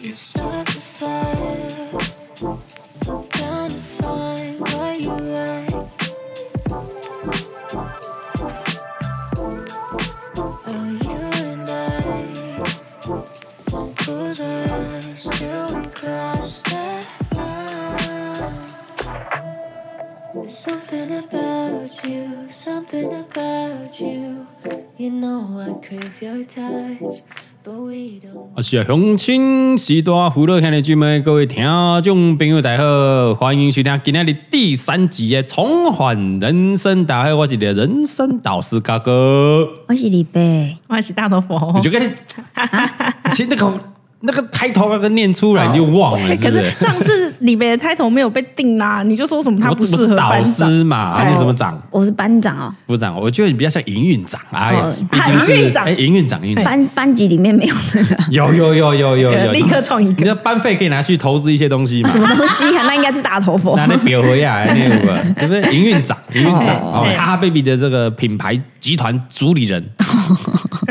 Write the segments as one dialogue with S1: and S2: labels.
S1: You start the fire. I'm trying to find what you like. Oh, you and I won't close our eyes till we cross that line. There's something about you, something about you. You know I crave your touch, but we don't.
S2: 我是雄青时代胡乐兄弟姐妹，各位听众朋友大家好，欢迎收听今天的第三集的《重返人生》。大家好，我是你的人生导师嘎哥，
S3: 我是李贝，
S4: 我是大头佛
S2: 我。就跟 你，其实那个那个开头那个念出来你就忘了，是
S4: 哎哦可
S2: 不
S4: 是
S2: 是？
S4: 上次李北的 title 没有被定啦，你就说什么他
S2: 我
S4: 不
S2: 我
S4: 适
S2: 是
S4: 合哦
S2: 导
S4: 班长，哎
S2: 师嘛，啊你什么长？
S3: 我是班长哦，
S2: 部长，我觉得你比较像营运长，哎呀
S3: 哦，
S2: 毕竟是
S4: 啊营运长
S2: 哎，营运长，营运长，
S3: 班班级里面没有这个
S2: 有有有有有有，
S4: 立刻创一
S2: 你
S4: 个。
S2: 的班费可以拿去投资一些东西嘛
S3: 什？么东西啊，那应该是大 头佛
S2: 拿。来表回来那五 个，对不对？营运长，营运长，
S3: 哦
S2: 哦，
S4: 对
S2: 哈哈 baby 的这个品牌集团主理 人，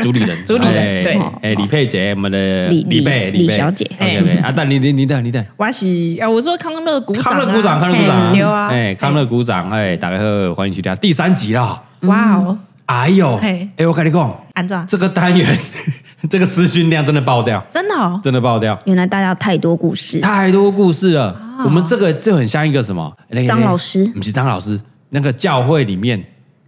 S2: 主理人，
S4: 主理人
S2: 哎
S4: 对
S2: 哎，李佩姐，我们的
S3: 李
S2: 李佩，
S3: 李
S2: 佩
S3: 小姐
S2: ，OK OK，啊，但你你你等你等。
S4: 我是啊，我说康乐哎鼓掌、啊，
S2: 康乐鼓掌，康乐鼓
S4: 嘿
S2: 掌，
S4: 对啊，
S2: 哎，康乐鼓掌，哎，大家好，欢迎收听第三集啦！
S4: 嘿，哇哦，
S2: 哎呦，
S4: 嘿
S2: 哎，我跟你讲，
S4: 安照，
S2: 这个单元 这个私讯量真的爆掉，
S4: 真的哦，
S2: 真的爆掉，
S3: 原来大家有太多故事，
S2: 太多故事了。我们这个就很像一个什么？那个
S3: 张老师
S2: 不是张老师，那个教会里面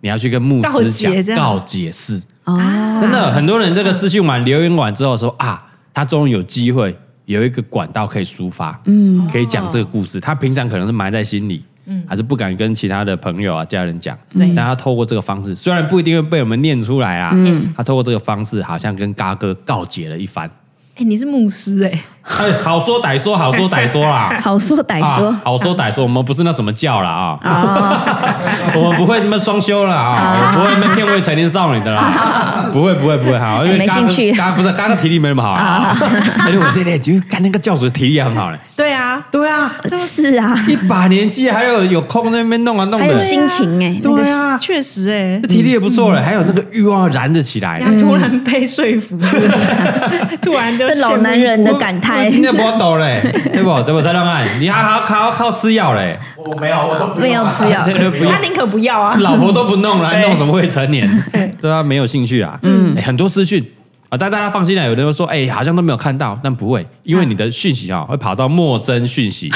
S2: 你要去跟牧
S4: 告
S2: 师
S4: 解这
S2: 讲
S4: 样
S2: 告解释，
S3: 哦，
S2: 真的很多人这个私讯完留言完之后说啊，他终于有机会有一个管道可以抒发，嗯，可以讲这个故事。他平常可能是埋在心里。还是不敢跟其他的朋友啊、家人讲，对，但他透过这个方式，虽然不一定会被我们念出来啊，他透过这个方式，好像跟嘎哥告解了一番，
S4: 哎，你是牧师哎，
S2: 哎，好说歹说，好说歹说啊啦，
S3: 好说歹说
S2: 啊，好说歹说，我们不是那什么教啦啊，
S3: 哦，
S2: 我们不会那么双休啦啊，我不会那么骗未成年少女的 啦，不会不会不会哈，因为
S3: 哎没
S2: 刚
S3: 兴趣
S2: 刚不是刚刚体力没那么好啊，而且我现在就干那个教主的体力也很好嘞，
S4: 对啊，
S2: 对啊，
S3: 是啊，
S2: 一把年纪还有有空在那边弄啊弄
S3: 还有
S2: 的，
S3: 心嗯情哎，那个
S2: 对啊，
S4: 确实哎
S2: 这，体力也不错嘞，还有那个欲望燃得起来
S4: 这。样突然被说服， 突然就
S3: 这老
S4: 羡慕
S3: 男人的感
S2: 我
S3: 叹
S2: 我，今天不要抖嘞，对不？对不？蔡浪漫，你还好靠靠吃药嘞，
S5: 我没有，我都不用
S3: 没有吃药
S2: 这个 不用
S4: 他宁可不要啊，
S2: 老婆都不弄了，还
S4: 对
S2: 弄什么未成年？ 对啊，没有兴趣啊。嗯，很多私讯啊，但大家放心啦。有的人说，哎，好像都没有看到，但不会，因为你的讯息啊会跑到陌生讯 息，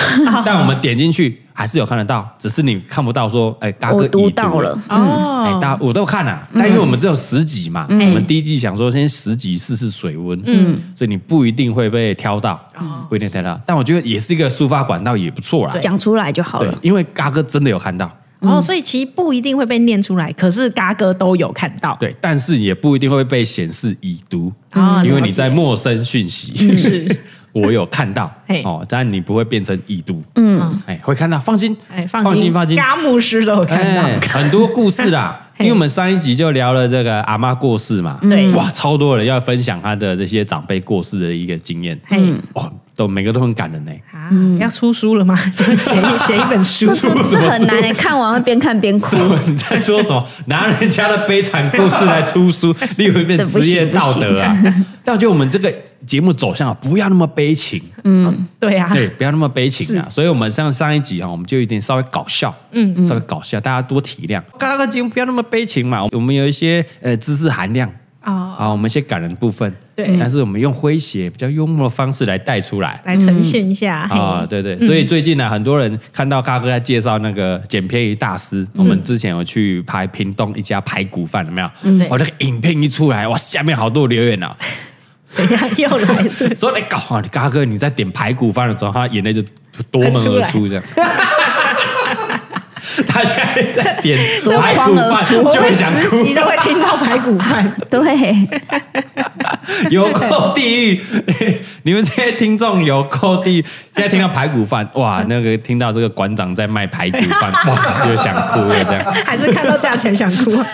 S2: 但我们点进去还是有看得到，只是你看不到说，哎，大哥
S3: 我
S2: 已
S3: 读到了。
S2: 哎，
S4: 哦，
S2: 大我都有看啊，但因为我们只有十集嘛，我们第一季想说先十集试试水温，嗯，所以你不一定会被挑到，不一定挑到，但我觉得也是一个抒发管道，也不错啦。
S3: 讲出来就好
S2: 对
S3: 了，，
S2: 因为嘎哥真的有看到，
S4: 哦，所以其实不一定会被念出来，可是嘎哥都有看到，
S2: 对，但是也不一定会被显示已读，
S4: 哦
S2: 因为
S4: 了
S2: 你
S4: 解嗯
S2: 在陌生讯息，
S4: 是
S2: 我有看到
S4: 嘿
S2: 哦，但你不会变成已读，嗯，哎，会看到，放心，
S4: 哎，放
S2: 放心，放心，
S4: 嘎牧师都有看到
S2: 哎，，很多故事 啦，因为我们上一集就聊了这个阿妈过世嘛，
S4: 嗯对
S2: 哇，超多人要分享他的这些长辈过世的一个经验，
S4: 嘿，
S2: 哇，都每个都很感人呢。
S4: 啊，要出书了吗？ 就写一写一本书
S3: 嗯这，这这很难哎，看完会边看边哭，
S2: 你 在说什么？拿人家的悲惨故事来出书，例如一遍职业道德 啊？但我觉得我们这个节目走向啊，不要那么悲情，
S4: 对啊，
S2: 对，不要那么悲情啊。所以，我们像上一集哈、我们就有点稍微搞笑，嗯，稍微搞笑，大家多体谅。刚刚的节目不要那么悲情嘛，我们有一些呃知识含量
S4: 哦，
S2: 啊，我们一些感人部分，
S4: 对
S2: 但是我们用诙谐、比较幽默的方式来带出来。
S4: 来呈现一下，
S2: 啊、
S4: 嘿，
S2: 对对，所以最近呢、很多人看到嘎哥在介绍那个剪片鱼大师，我们之前有去拍屏东一家排骨饭，有没有？哦
S4: 对
S2: 我、那个影片一出来，哇，下面好多留言啊，
S4: 怎样又来这？
S2: 说你搞啊，你嘎哥你在点排骨饭的时候，他眼泪就夺门而出，这样。他现在在点
S3: 夺
S2: 排骨
S3: 眶而
S2: 饭
S3: 出
S4: 我
S2: 就
S4: 们
S2: 会想
S4: 十集
S2: 哭，
S4: 都会听到排骨饭，
S3: 对，
S2: 有够地狱！ 你们这些听众有够地狱。现在听到排骨饭，哇，那个听到这个馆长在卖排骨饭， 哇，就想哭了这样。
S4: 还是看到价钱想哭。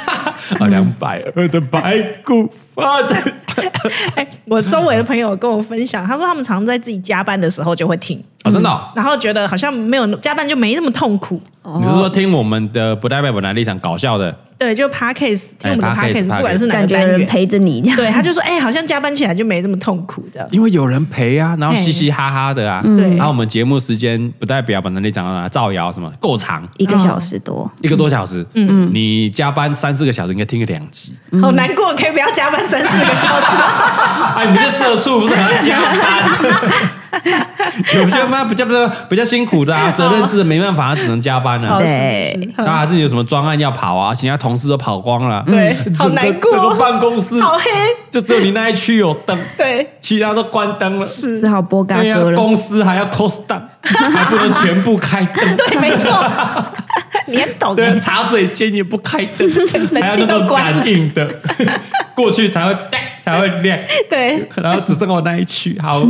S2: 啊，两百二的排骨饭，
S4: 哎，我周围的朋友跟我分享，他说他们常在自己加班的时候就会听，
S2: 哦，真的哦、
S4: 然后觉得好像没有加班就没那么痛苦。
S2: 你是说听我们的不代表本来立场搞笑的？
S4: 对，就 podcast 听我们的
S2: 哎 podcast，
S4: podcast，不管是哪
S3: 感
S4: 个
S3: 觉
S4: 单
S3: 有人
S4: 元，
S3: 陪着你这样。
S4: 对，他就说，哎，好像加班起来就没这么痛苦的。
S2: 因为有人陪啊，然后
S4: 嘿
S2: 嘻嘻哈哈的啊，
S4: 对
S2: 然后我们节目时间不代表本能力长啊，造谣什么够长，
S3: 一个小时多，
S2: 一个多小时，嗯嗯，你加班三四个小时应该听个两集，
S3: 嗯
S4: 好难过，可以不要加班三四个小 时吗。
S2: 哎，你这社畜不是很加班？有些妈比较比较比较辛苦的啊，责任制没办法，只能加班啊
S4: 哦，。
S3: 对
S4: 是是
S2: 然后还是有什么专案要跑啊，其他同事都跑光了，
S4: 对好
S2: 整个
S4: 难过
S2: 整个办公室
S4: 好黑，
S2: 就只有你那一区有灯，
S4: 对，
S2: 其他都关灯了。
S3: 只好播嘎
S2: 对呀
S3: 歌，了。
S2: 公司还要 cost down，还不能全部开灯。
S4: 对，没 错，你很懂
S2: 对，茶水间也不开灯，还
S4: 冷
S2: 要
S4: 气
S2: 那
S4: 都
S2: 种
S4: 关了
S2: 感应的，过去才会才会亮。
S4: 对
S2: 然后只剩我那一区， 好，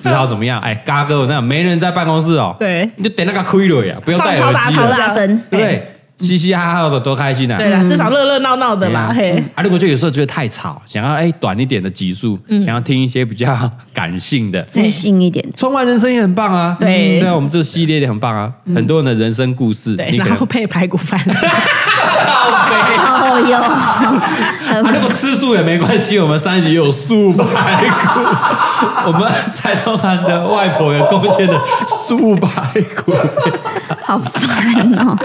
S2: 只好怎么样？哎，嘎哥，那没人在办公室哦，
S4: 对
S2: 你就点那个亏了呀，不用
S4: 放
S2: 戴
S4: 超
S2: 耳
S4: 大
S2: 机
S4: 超
S3: 超
S2: 了，
S3: 大声，
S2: 对不对？嘻嘻哈哈的多开心啊！
S4: 对啦，至少热热闹闹的啦，
S2: 对啊
S4: 嘿，
S2: 啊，如果就有时候觉得太吵，想要哎短一点的集数，
S4: 嗯
S2: 想要听一些比较感性的，
S3: 自信一点。
S2: 充满人生也很棒啊。
S4: 对嗯
S2: 对啊，我们这系列也很棒啊，很多人的人生故事，
S4: 对，
S2: 你可
S4: 然
S2: 能
S4: 后配排骨饭，
S3: 哦哟，很
S2: 啊，那个吃素也没关系，我们上一集有素排骨，我们蔡宗涵的外婆也贡献了素排骨。
S3: 好烦 哦。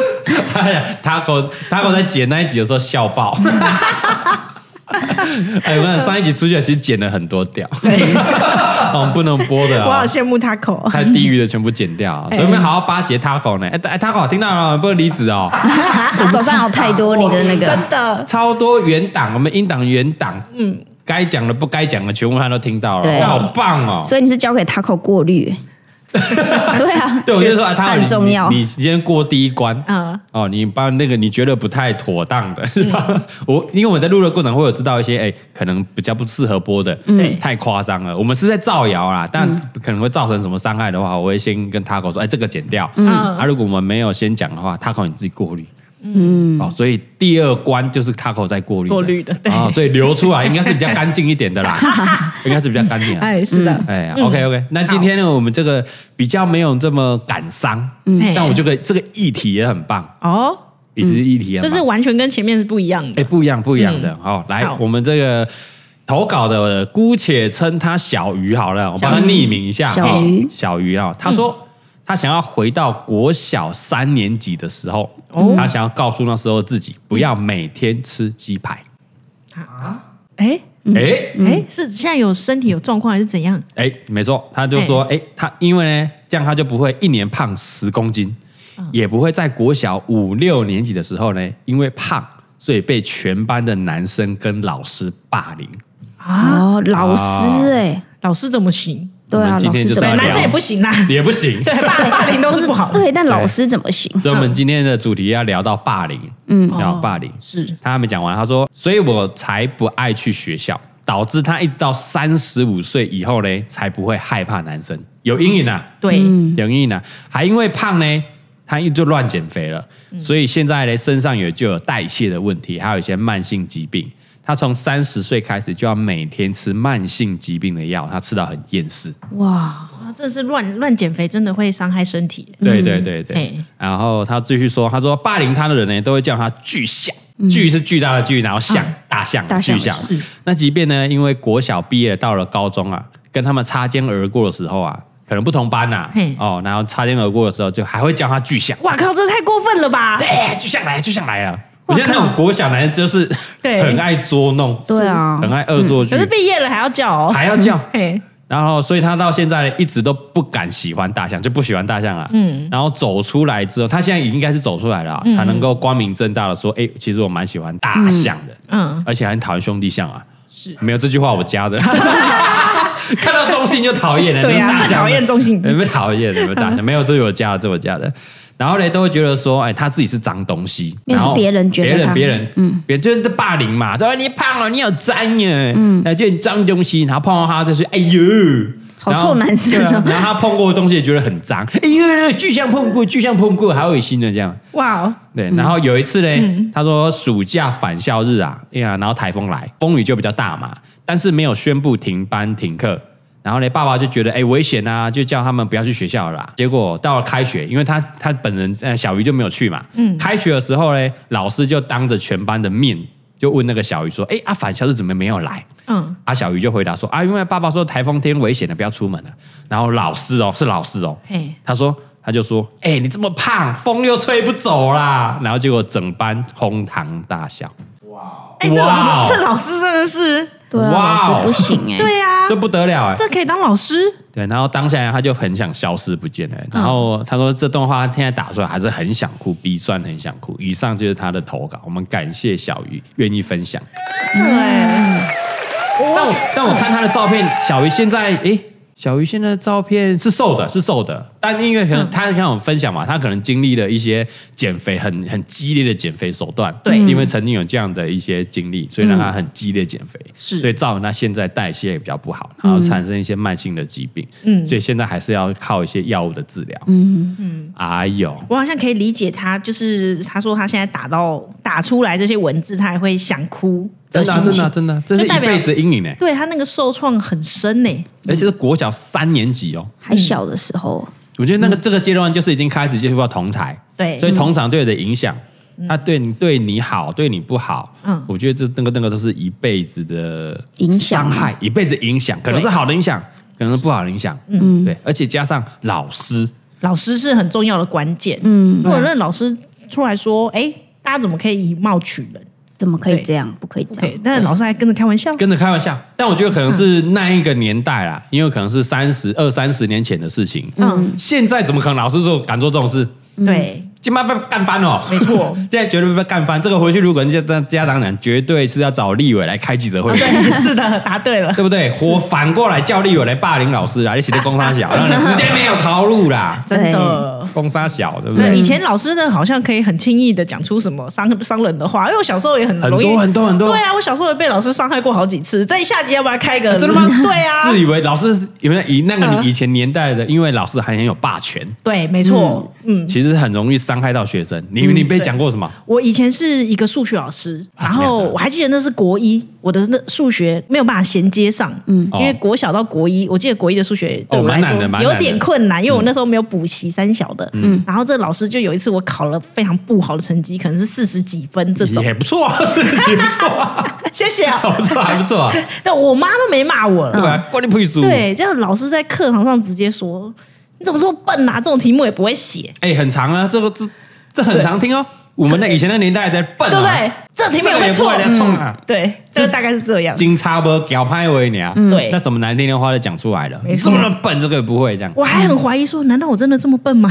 S2: 哎呀，Taco Taco 在剪那一集的时候笑爆。 哎，我想上一集出去其实剪了很多掉， 哦，不能播的
S4: 我好
S2: 啊、
S4: 羡慕他口，
S2: 太地狱的全部剪掉、啊，所以我们好好巴结 Taco 呢。哎、哎 Taco 听到了吗，不能离职哦。
S3: 手上有太多你的那个，
S4: 真的，
S2: 超多原档，我们音档原档，嗯，该讲的不该讲的全部他都听到了，
S3: 对
S2: 哇，好棒哦！
S3: 所以你是交给 Taco 过 滤。对啊，
S2: 对，我就说啊，他
S3: 很重要
S2: 你你今天过第一关
S4: 嗯
S2: 哦，你把那个你觉得不太妥当的， 是吧？我因为我在录的过程会有知道一些，哎，可能比较不适合播的，
S4: 对
S2: 太夸张了。我们是在造谣啦，但可能会造成什么伤害的话，我会先跟 Taco 说，哎，这个剪掉。啊，
S4: 嗯，
S2: 如果我们没有先讲的话，Taco 你自己过滤。嗯，哦，所以第二关就是 Taco 在过滤
S4: 过滤的对
S2: 啊，所以流出来应该是比较干净一点的啦，应该是比较干净啊。
S4: 哎，是的，
S2: 哎，OK OK，那今天呢，我们这个比较没有这么感伤，但我觉得这个议题也很棒，
S4: 哦，
S2: 也是议题很
S4: 就
S2: 棒，
S4: 是完全跟前面是不一样的
S2: 哎，不一样不一样的。好，来
S4: 好
S2: 我们这个。投稿的姑且称他小鱼好了，我帮他匿名一下
S3: 小
S2: 哦
S3: 鱼
S2: 小鱼啊，他说他想要回到国小三年级的时候，他想要告诉那时候自己不要每天吃鸡排。
S4: 啊，哎
S2: 哎，
S4: 哎，是现在有身体有状况还是怎样？
S2: 哎，没错，他就说，哎，他因为呢，这样他就不会一年胖十公斤，也不会在国小五六年级的时候呢，因为胖，所以被全班的男生跟老师霸凌。
S3: 哦，老师哎，
S4: 老师怎么行？
S3: 对
S2: 啊我
S3: 啊，
S2: 们今
S3: 老
S2: 天
S3: 师
S2: 就是
S3: 怎
S2: 要
S3: 么
S2: 聊
S4: 男生也不行啦，
S2: 也不行。
S4: 对，霸霸凌都是不好的，
S3: 对，但老师怎么行？
S2: 所以，我们今天的主题要聊到霸凌，嗯，聊霸凌。
S4: 是
S2: 他还没讲完，他说，所以我才不爱去学校，导致他一直到三十五岁以后呢，才不会害怕男生，有阴影啊。
S4: 对，
S3: 嗯
S2: 有阴影啊，还因为胖呢，他一就乱减肥了，
S3: 嗯
S2: 所以现在呢身上有就有代谢的问题，还有一些慢性疾病。他从三十岁开始就要每天吃慢性疾病的药，他吃到很厌世。
S3: 嗯哇，
S4: 哇，真的是乱乱减肥，真的会伤害身体。
S2: 对对对对。
S4: 哎
S2: 然后他继续说，他说霸凌他的人呢，都会叫他巨象，巨是巨大的巨，然后象、大象
S3: 嗯啊大象
S2: 巨象。那即便呢，因为国小毕业了到了高中啊，跟他们擦肩而过的时候啊，可能不同班呐、
S4: 嘿
S2: 哦，然后擦肩而过的时候，就还会叫他巨象。
S4: 哇靠，这太过分了吧？
S2: 对，啊哎就像来，就像来了。我
S4: 哇
S2: 觉得那种国小男人就是
S4: 对嗯
S2: 很爱捉弄，
S3: 对啊
S2: 很爱恶作剧
S4: 可，是毕业了还要叫哦，
S2: 还要叫。
S4: 嘿，
S2: 然后，所以他到现在一直都不敢喜欢大象，就不喜欢大象了。嗯，然后走出来之后，他现在也应该是走出来了啊，才能够光明正大的说，哎，其实我蛮喜欢大象的，
S4: 嗯，
S2: 而且很讨厌兄弟象啊。是，没有这句话我 加的。看到中性就讨厌了，
S4: 对啊
S2: 你们大象
S4: 最讨厌 中性
S2: 你们讨厌，你们大象没有这是我加的，这是我加的。然后呢，都会觉得说，哎，他自己是脏东西，
S3: 因为
S2: 然
S3: 是
S2: 后
S3: 别人觉得
S2: 别人
S3: 他
S2: 别人，嗯，别人就是霸凌嘛，说哎你胖了，你有脏耶，嗯，哎，就你脏东西，然后碰到他就是，哎呦，
S3: 好
S2: 然后
S3: 臭男生哦
S2: 对啊然后他碰过的东西也觉得很脏，哎呦，巨象碰过，巨象碰过，好恶心的这样。
S4: 哇哦，
S2: 对，然后有一次呢，他说暑假返校日啊，哎呀，然后台风来，风雨就比较大嘛，但是没有宣布停班停课，然后呢，爸爸就觉得哎、危险啊，就叫他们不要去学校了啦。结果到了开学，因为他他本人呃小鱼就没有去嘛，嗯，开学的时候呢，老师就当着全班的面就问那个小鱼说，哎、阿反小子怎么没有来？
S4: 嗯，
S2: 阿小鱼就回答说啊，因为爸爸说台风天危险的，不要出门了。然后老师哦，是老师哦，
S4: 嘿，
S2: 他说他就说，哎、你这么胖，风又吹不走 啦。然后结果整班哄堂大笑。
S4: 哎，这
S2: 哇
S4: 老
S2: 哦
S4: 这老师真的是，
S3: 对啊，
S2: 哇哦
S3: 老师不 行哎、
S4: 对呀，
S2: 这不得了哎、
S4: 这可以当老师，
S2: 对，然后当下他就很想消失不见了。
S4: 嗯
S2: 然后他说这段话他现在打出来还是很想哭，鼻酸很想哭。以上就是他的投稿，我们感谢小鱼愿意分享。
S4: 嗯对，
S2: 但 我但我看他的照片，小鱼现在诶，小鱼现在的照片是瘦的，是瘦的。但因为可能他看我分享嘛，他可能经历了一些减肥很很激烈的减肥手段，嗯
S4: 对
S2: 因为曾经有这样的一些经历，所以让他很激烈减肥，
S4: 是
S2: 所以造成他现在代谢也比较不好，然后产生一些慢性的疾病，嗯，所以现在还是要靠一些药物的治疗，嗯嗯，哎呦，
S4: 我好像可以理解他，就是他说他现在打到打出来这些文字，他还会想哭
S2: 真
S4: 的
S2: 的啊
S4: 心
S2: 真的
S4: 情
S2: 啊。真的啊，这是
S4: 就
S2: 一
S4: 代表
S2: 辈子的阴影哎，
S4: 对他那个受创很深呢，
S2: 而且是国小三年级哦，
S3: 还小的时候，
S2: 我觉得那个这个阶段就是已经开始接触到同才，
S4: 对
S2: 所以同场对你的影响，他对你对你好，对你不好，
S4: 嗯
S2: 我觉得这那个那个都是一辈子的
S3: 影响
S2: 伤害，一辈子影响，可能是好的影响，可能是不好的影响，嗯，对，而且加上老师，
S4: 老师是很重要的关键。
S3: 嗯，
S4: 如果让老师出来说，哎，大家怎么可以以貌取人？
S3: 怎么可以
S4: 对
S3: 这样？不可以
S4: 不
S3: 这
S4: 可
S3: 样
S4: 以，。但是老师还跟着开玩笑。
S2: 跟着开玩笑，但我觉得可能是那一个年代啦，因为可能是三十二三十年前的事情，
S4: 嗯，
S2: 现在怎么可能老师做敢做这种事？
S3: 嗯
S4: 对，
S2: 今妈被干翻哦，
S4: 没错。
S2: 现在绝对被干翻。这个回去如果人家家长讲，绝对是要找立委来开记者会。
S4: 哦对， 是的，答对了。
S2: 对不对？我反过来叫立委来霸凌老师啊！你写的公杀小， 让你直接没有逃路啦，
S4: 真的。
S2: 公杀小，对不
S4: 对，
S2: 对？
S4: 以前老师呢，好像可以很轻易的讲出什么伤伤人的话，因为我小时候也很
S2: 很
S4: 容易，
S2: 多很多很多
S4: 对啊，我小时候也被老师伤害过好几次。在下集要不要开个？
S2: 真的吗
S4: 对啊，
S2: 自以为老师有没有以那个
S4: 嗯
S2: 以前年代的，因为老师还很有霸权，
S4: 对，没错，嗯，
S2: 其实很容易伤害到学生。你你被讲过什么？
S4: 我以前是一个数学老师，
S2: 啊
S4: 然
S2: 怎么样
S4: 后
S2: 怎么样
S4: 我还记得那是国一，我的那数学没有办法衔接上，嗯，因为
S2: 哦
S4: 国小到国一，我记得国一的数学对
S2: 哦
S4: 我来
S2: 蛮难
S4: 说
S2: 的蛮难
S4: 有
S2: 的嗯
S4: 点困难，因为我那时候没有补习三小的，嗯，然后这老师就有一次我考了非常不好的成绩，可能是四十几分这 种，
S2: 也不错，是也不错啊，
S4: 谢谢 啊，
S2: 不错还不错啊，
S4: 但我妈都没骂我
S2: 对啊
S4: 了，
S2: 吧？关你屁事！，
S4: 嗯对，这样老师在课堂上直接说。你怎么这么笨啊？这种题目也不会写，
S2: 哎，很长啊，这个这这很常听哦。我们的以前的年代在笨
S4: 对不
S2: 啊，
S4: 对？这种题目
S2: 这
S4: 也
S2: 个
S4: 会
S2: 也不
S4: 错
S2: 会，人家冲啊
S4: 嗯对，这大概是这样。
S2: 金叉波屌拍为你啊，
S4: 对
S2: 那什么难听的话都讲出来了，
S4: 没
S2: 你
S4: 错
S2: 这么笨，这个也不会这 样。
S4: 我还很怀疑说，难道我真的这么笨吗？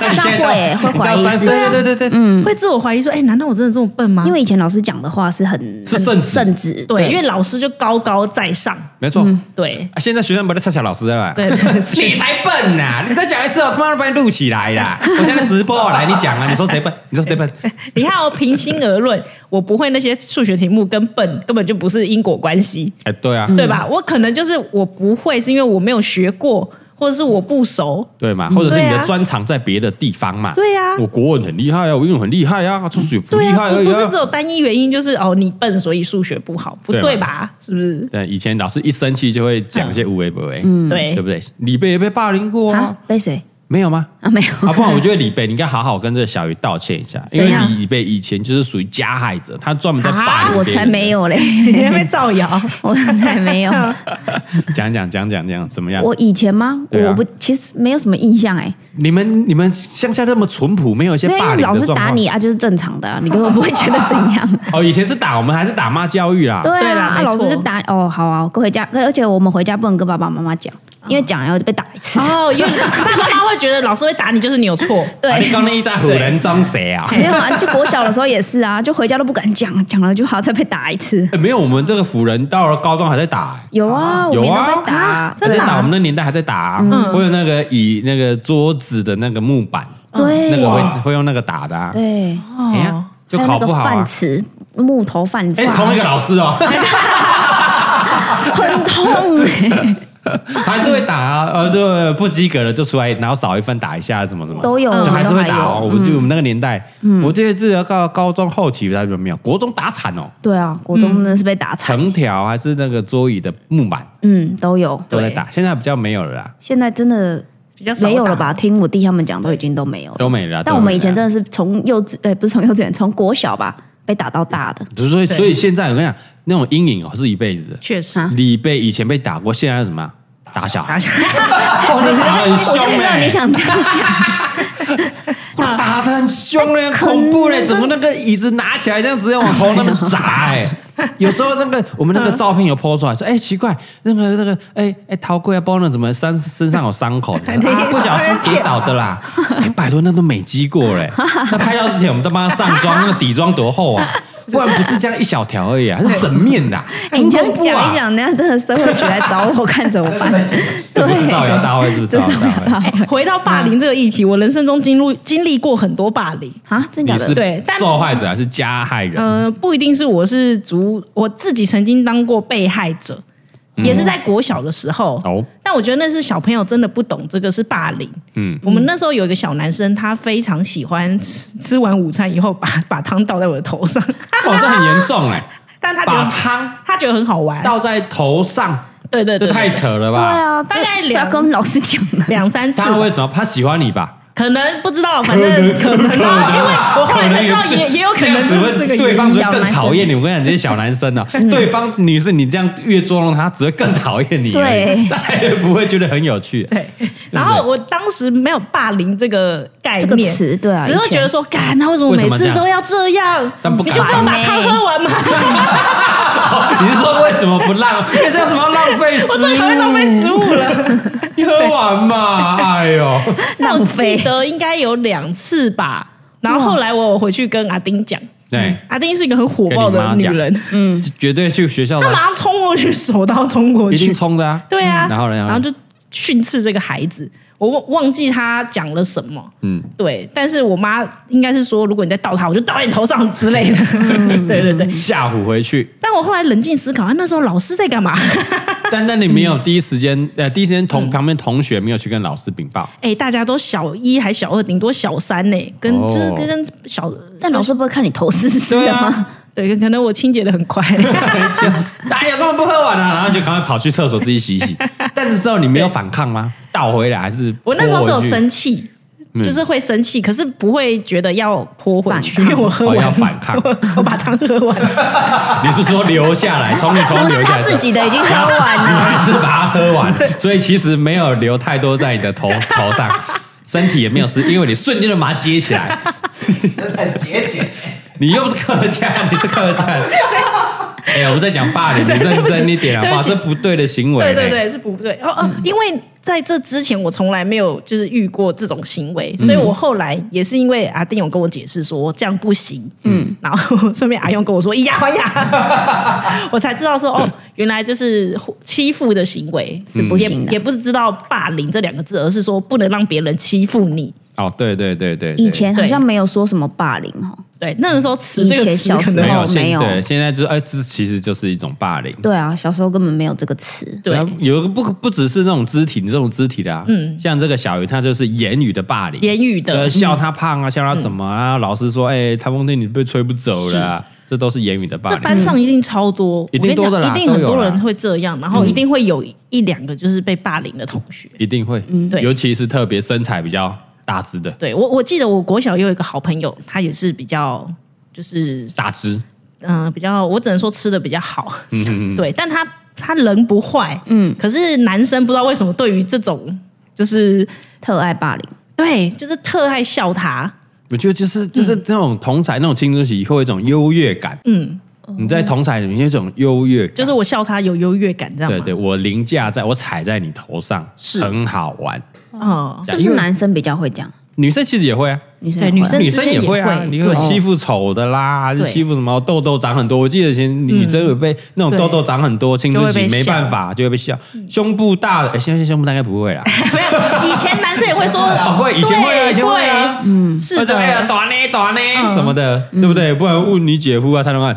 S2: 那你现在到
S3: 会耶会
S2: 你到
S3: 怀疑
S2: 30
S3: 自己
S2: 对对对对，嗯，
S4: 会自我怀疑说，哎、难道我真的这么笨吗？
S3: 因为以前老师讲的话是很
S2: 是
S3: 很
S2: 圣旨
S3: 圣旨，
S4: 对，因为老师就高高在上，
S2: 没错。
S4: 嗯对
S2: 啊，现在学生不在嘲笑老师了啦，
S4: 对对，是
S2: 你才笨呐！你再讲一次，我他妈的把你录起来 啦！我现在直播来，你讲啊！你说谁笨？你说谁笨？
S4: 你看我平心而论，我不会那些数学题目，跟笨根本就不是因果关系，
S2: 哎，对
S3: 嗯
S2: 啊，
S4: 对吧？我可能就是我不会，是因为我没有学过，或者是我不熟。
S2: 对嘛，或者是你
S4: 对
S2: 的
S4: 啊
S2: 专长在别的地方嘛？
S4: 对啊
S2: 我国文很厉害啊，我英文很厉害啊，数学不
S4: 对
S2: 厉害
S4: 啊，
S2: 而
S4: 不
S2: 已
S4: 不是只
S2: 啊。
S4: 有单一原因，就是哦你笨，所以数学不好，不
S2: 对嘛
S4: 对吧？是不 是？
S2: 对，以前老师一生气就会讲一些无为不为，嗯，
S4: 对
S2: 对不对？李贝也被霸凌过啊
S3: 啊，，被谁
S2: 没有吗？
S3: 啊？没有，
S2: 啊，不然我觉得李贝，你应该好好跟这个小鱼道歉一下，因
S3: 怎
S2: 为
S3: 样
S2: 李贝以前就是属于加害者，他专门在霸
S4: 啊
S2: 凌。
S3: 我才没。有嘞，
S4: 你还会造谣？
S3: 我才没 有。
S2: 讲讲讲讲讲，怎么样？
S3: 我以前吗？
S2: 对啊
S3: 我不，其实没有什么印象哎、
S2: 你们你们乡下那么淳朴，没有一些
S3: 因为
S2: 霸凌的
S3: 老师
S2: 状况
S3: 打你啊，就是正常的啊、你根本不会觉得怎 样。
S2: 哦，以前是打，我们还是打骂教育啦。
S3: 对
S4: 对
S3: 啊，
S4: 啦
S3: 啊
S4: 没错
S3: 老师就打哦，好啊，我回家，而且我们回家不能跟爸爸妈妈讲，
S2: 啊
S3: 因为讲了要被打一次。
S4: 哦，因为爸爸妈妈会觉得老师会打你，就是你有错。
S2: 啊，你
S3: 对，
S2: 刚那一在唬人装谁 啊？
S3: 没有啊，就国小的时候也是啊，就回家都不敢讲，讲了就好再被打一次。
S2: 哎没有，我们这个唬人到了高中还在打、欸。
S3: 有啊，我
S2: 有
S3: 们都
S2: 啊
S3: 被，打啊，嗯
S2: 还
S4: 真的
S2: 在
S4: 啊
S2: 打，我们那年代还在打、啊，会有那个以那个桌子的那个木板，
S3: 对
S2: 那个会会用那个打的、啊，
S3: 对，
S2: 哎呀，就
S3: 还有
S2: 考不
S3: 那个
S2: 好啊
S3: 饭。匙，木头饭
S2: 哎
S3: 匙，，
S2: 同一个老师哦，
S3: 很痛哎。
S2: 还是会打啊，呃，就不及格了就出来，然后少一分打一下什么什么，
S3: 都有
S2: 就还是会打哦。
S3: 都还有嗯
S2: 我记得我们那个年代，我记得至少到高中后期才没有，国中打惨哦，
S3: 对啊，国中真的是被打惨，
S2: 藤条还是那个桌椅的木板
S3: 嗯，都有。
S2: 都在打，现在比较没有了啦，
S3: 现在真的
S4: 比较少
S3: 没有了
S4: 打
S3: 吧？？听我弟他们讲，都已经都没有了。
S2: 都没了啦。
S3: 哦但我们以前
S2: 真。
S3: 真的是从幼稚，呃，不是从幼稚园，从国小吧被打到大的。
S2: 所以
S4: 对
S2: 所以现在我跟你讲，那种阴影哦是一辈子的。
S4: 确实，
S3: 啊
S2: 你被以前被打过，现在是什么啊打小
S4: 打
S2: 孩，
S4: 小
S2: 打很
S3: 我
S2: 凶
S3: 就知道
S2: 哎
S3: 你，想这样 讲，
S2: 哇 打的很凶嘞，
S3: 可能
S2: 恐怖嘞，怎么那个椅子拿起来这样直接往头那边砸哎？有时候那个我们那个照片有 PO 出来说，哎奇怪，那个那个哎哎陶贵啊，包呢怎么身身上有伤口？啊不小心跌倒的啦，哎拜托那都没击过嘞，那拍照之前我们都帮他上妆，那个底妆多厚啊？不然不是这样一小条而已啊，是整面的啊。
S3: 哎你这
S2: 很恐
S3: 样
S2: 怖啊
S3: 讲一讲，那真的社会局来找我看怎么办？
S2: 这不是造谣大会，是不是造
S3: 这
S2: 谣
S3: 重要
S2: 大
S3: 吧
S2: 会？？
S4: 哎回到霸凌这个议题，我人生中经入经历过很多霸凌。
S3: 啊，真假
S2: 你
S3: 的？
S2: 是
S4: 对但
S2: 受害者还是加害人？
S3: 嗯
S4: 呃，不一定是我是族，我自己曾经当过被害者，
S2: 嗯
S4: 也是在国小的时候。
S2: 哦，
S4: 但我觉得那是小朋友真的不懂这个是霸凌。
S2: 嗯，
S4: 我们那时候有一个小男生，他非常喜欢吃吃完午餐以后把把汤倒在我的头上，
S2: 哇，这很严重哎，
S4: 但他觉
S2: 把
S4: 得
S2: 汤
S4: 他觉得很好玩。
S2: 倒在头上，
S4: 对对
S2: 这
S4: 对，
S2: 太
S4: 对
S2: 扯了
S3: 对
S2: 吧？
S3: 啊，
S4: 大概
S3: 这是要
S4: 两
S3: 跟老师讲的。
S4: 两三次吧，
S2: 他为什么？他喜欢你吧？
S4: 可能不知道，反正可能啊，因为我后来才知道也也有可
S2: 这样
S4: 能
S2: 子
S4: 是
S2: 会
S4: 这个
S2: 对
S4: 原因
S2: 方只
S3: 小
S2: 会更
S3: 男生
S2: 讨厌你。我跟你讲，这些小男生呢，
S4: 嗯
S2: 对方女生你这样越捉弄他，只会更讨厌你而已。
S3: 对
S2: 大家也不会觉得很有 趣。
S4: 对，然后我当时没有霸凌这个概念，
S3: 这个词对啊
S4: 只会觉得说，干，那为什么
S2: 为什
S4: 每
S2: 么这
S4: 次
S2: 样
S4: 都要这样？
S2: 但不
S4: 你
S2: 敢
S4: 就不能把
S3: 欸
S4: 汤喝完吗？
S2: 哦你是说为什么不浪？为什么要浪费食物？
S4: 我最讨厌浪费食物了。
S2: 你喝完嘛？哎呦，
S4: 那我
S3: 浪费
S4: 记得应该有两次吧。然后后来我有回去跟阿丁讲，
S2: 对，
S4: 阿丁是一个很火爆的女人，
S2: 嗯，绝对去学校
S4: 她
S2: 的
S4: 马上冲过去，手刀冲过
S2: 一定
S4: 去，
S2: 冲的啊。
S4: 对啊，
S2: 嗯然后呢？
S4: 然后就训斥这个孩子，我忘忘记他讲了什么。
S2: 嗯，
S4: 对，但是我妈应该是说，如果你再倒他，我就倒在你头上之类的。
S2: 嗯
S4: 对对对。
S2: 吓唬回去。
S4: 但我后来冷静思考，啊那时候老师在干嘛？
S2: 但但你没有第一时间，呃，第一时间同旁边同学没有去跟老师禀报，
S4: 哎、大家都小一还小二，顶多小三呢、跟、
S2: 哦
S4: 就是跟跟小，
S3: 但老师不会看你头是湿
S2: 对
S3: 的
S2: 啊
S3: 吗？
S4: 对，可能我清洁的很快。嗯
S2: 哎呀，根本不喝完啊，然后就赶快跑去厕所自己洗一 洗。但是之后你没有反抗吗？倒回来还是
S4: 我那时候只有
S2: 泼回去
S4: 生气，
S2: 嗯
S4: 就是会生气，可是不会觉得要泼回去，因
S3: 反抗
S4: 为我喝
S2: 哦
S4: 完，
S2: 要反 抗
S4: 我我把汤喝完了。
S2: 你是说留下来，从你头
S3: 不
S2: 留
S3: 是
S2: 下
S3: 他
S2: 来，
S3: 自己的已经喝 完
S2: 你
S3: 了，
S2: 还是把它喝完，所以其实没有留太多在你的头头上，身体也没有湿，因为你瞬间就把它接起来。
S5: 很节俭，
S2: 你又不是客家，你是客家人。哎、我们在讲霸凌，你认真一点好不好？
S4: 对
S2: 这不对的行为、哎
S4: 对对，对，是不对。哦哦，因为在这之前我从来没有就是遇过这种行为，所以我后来也是因为阿丁有跟我解释说这样不行，嗯，然后顺便阿用跟我说以牙还牙，我才知道说哦，原来就是欺负的行为
S3: 是不
S4: 也
S3: 行的
S4: 也。不是知道霸凌这两个字，而是说不能让别人欺负你。
S2: 哦，对对对对对
S3: 以前好像没有说什么霸凌哦，
S4: 对，那个时候词这
S3: 以
S4: 个
S3: 前
S4: 词
S3: 小
S4: 可
S3: 时
S4: 能
S2: 没
S3: 候
S2: 有现
S3: 没有
S2: 对，现在就是哎，这其实就是一种霸
S4: 嗯
S2: 凌。
S3: 对啊，小时候根本没有这个词。
S4: 对
S2: 然后有一个不不只是那种肢体，这种肢体的啊，嗯，像这个小鱼，他就是言语的霸凌，
S4: 言语的
S2: 呃，笑他胖啊，笑他什么啊，老师说，哎，台风天你被吹不走了啊，这都是言语的霸
S4: 这
S2: 凌。
S4: 班上一定超多，
S2: 嗯一定
S4: 我
S2: 多的
S4: 跟你
S2: 啦
S4: 讲，一定很
S2: 都有
S4: 多
S2: 啦嗯
S4: 人会这样，然后一定会有一两个就是被霸凌的同学。
S2: 一定会，
S4: 对
S2: 尤其是特别身材比较大只的，
S4: 对我，我记得我国小有一个好朋友，他也是比较就是
S2: 大只，
S4: 嗯、呃比较，我只能说吃的比较好，
S2: 嗯
S4: 对，但他他人不坏，嗯，可是男生不知道为什么对于这种就是
S3: 特爱霸凌，
S4: 对，就是特爱笑他，
S2: 我觉得就是就是那种同才那种青春期会有一种优越感，
S4: 嗯，
S2: 你在同才里面有一种优越感，
S4: 就是我笑他有优越感，这样
S2: 对
S4: 吗？
S2: 对，我凌驾在我踩在你头上，
S4: 是
S2: 很好玩。
S4: 哦，
S3: 是不是男生比较会这样？
S2: 女生其实也会啊，
S3: 女生
S4: 对
S3: 也
S4: 女
S3: 会啊
S4: 生
S2: 女生也会啊，
S4: 之
S2: 你
S4: 间也会
S2: 有
S4: 对
S2: 欺负丑的啦，还是
S4: 对嗯
S2: 欺负什么痘痘长很多。我记得以前女生有被那种痘痘长很多，青春
S4: 就会
S2: 期
S4: 被
S2: 没
S4: 笑嗯
S2: 办法就会被笑。胸部大的，诶哎现在胸部大概不 会啦，
S4: 没有，以前男生也会说
S2: 啊，会以前会啊，
S4: 对
S2: 以前会啊，
S4: 会嗯是
S2: 或者
S4: 的，嗯
S2: 哎呀，短呢短呢什么的，对不对？不然问你姐夫啊，蔡崇汉，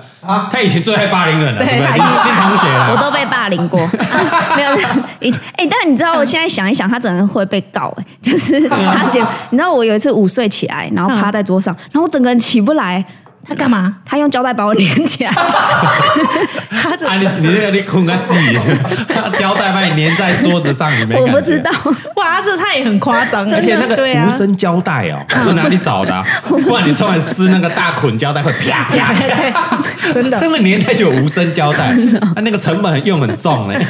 S2: 他以前最爱霸凌人了，
S4: 对
S2: 对不对？
S4: 他
S2: 你你同学
S4: 啊
S3: 我
S2: 啦，
S3: 都被霸凌 过，啊没有一哎、但你知道我现在想一想，他真的会被告哎、 就是
S4: 嗯
S3: 他姐，你知道我有一次午睡起来，然后趴在桌上，然后我整个人起不来，
S4: 他干嘛？
S3: 他用胶带把我连起 来，
S4: 他这
S2: 啊，你你这个你困 个死，胶带把你粘在桌子上，你没
S3: 我
S2: 感
S3: 不
S2: 觉
S3: 知道，
S4: 哇，这他也很夸张，
S2: 而且那
S4: 对
S2: 个
S4: 啊
S2: 无，声胶带 哦，是哪里找的啊？不然你突然撕那个大捆胶带会啪啪啪。
S4: 真的
S2: 那个年代就有无声胶 带，它那个成本用很重欸嘞。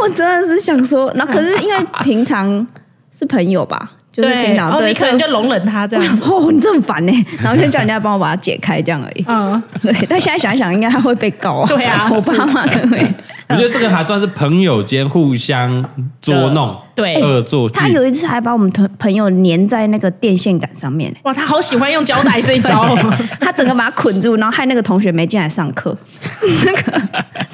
S3: 我真的是想说，然后可是因为平常是朋友吧，就是
S4: 对，
S3: 平
S4: 然
S3: 常
S4: 后
S3: 对，
S4: 你可
S3: 所以
S4: 能就容忍他这
S3: 我想
S4: 样子，
S3: 说哦，你这么烦呢、然后就叫人家帮我把它解开这样而已。
S4: 嗯，
S3: 对，但现在想一想，应该他会被告啊。
S4: 对 啊
S3: 我
S4: 是
S3: 爸妈可能会。
S2: 我觉得这个还算是朋友间互相捉弄，
S4: 对
S2: 恶作剧
S3: 他。有一次还把我们朋朋友粘在那个电线杆上 面、
S4: 哇，他好喜欢用胶带这一招哦，
S3: 他整个把他捆住，然后害那个同学没进来上课。 那个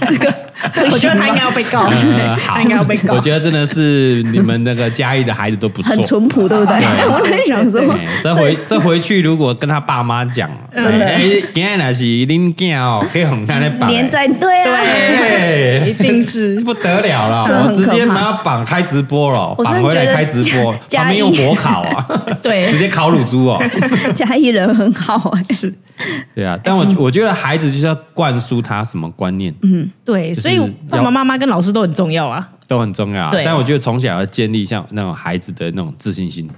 S3: 这个不行吧，
S4: 我觉得他应该要被告，
S2: 呃好
S4: 他应该要被告
S2: 我，觉得真的是你们那个嘉义的孩子都不错
S3: 很。淳朴，对不对？
S2: 对
S3: 我在想说，
S2: 哎这回这回去如果跟他爸妈讲，
S3: 真的
S2: 哎，今天那是恁囝哦，可以很难的
S4: 嗯
S2: 绑
S3: 粘在对啊。
S2: 哎
S4: 一定是
S2: 不得了了，
S3: 真的
S2: 我
S3: 很
S2: 直
S3: 可怕
S2: 接把它绑开直播了，
S3: 我真的
S2: 绑回来
S3: 觉得
S2: 开直播，
S3: 嘉
S2: 旁边用火烤啊，
S4: 对
S2: 直接烤乳猪哦，
S3: 嘉义人很好哎、
S4: 是，
S2: 对啊，但我我觉得孩子就是要灌输他什么观念
S4: 对，
S2: 就是
S4: 所以爸
S2: 要
S4: 爸妈妈跟老师都很重要啊，
S2: 都很重要啊，
S4: 对
S2: 但我觉得从小要建立像那种孩子的那种自信心，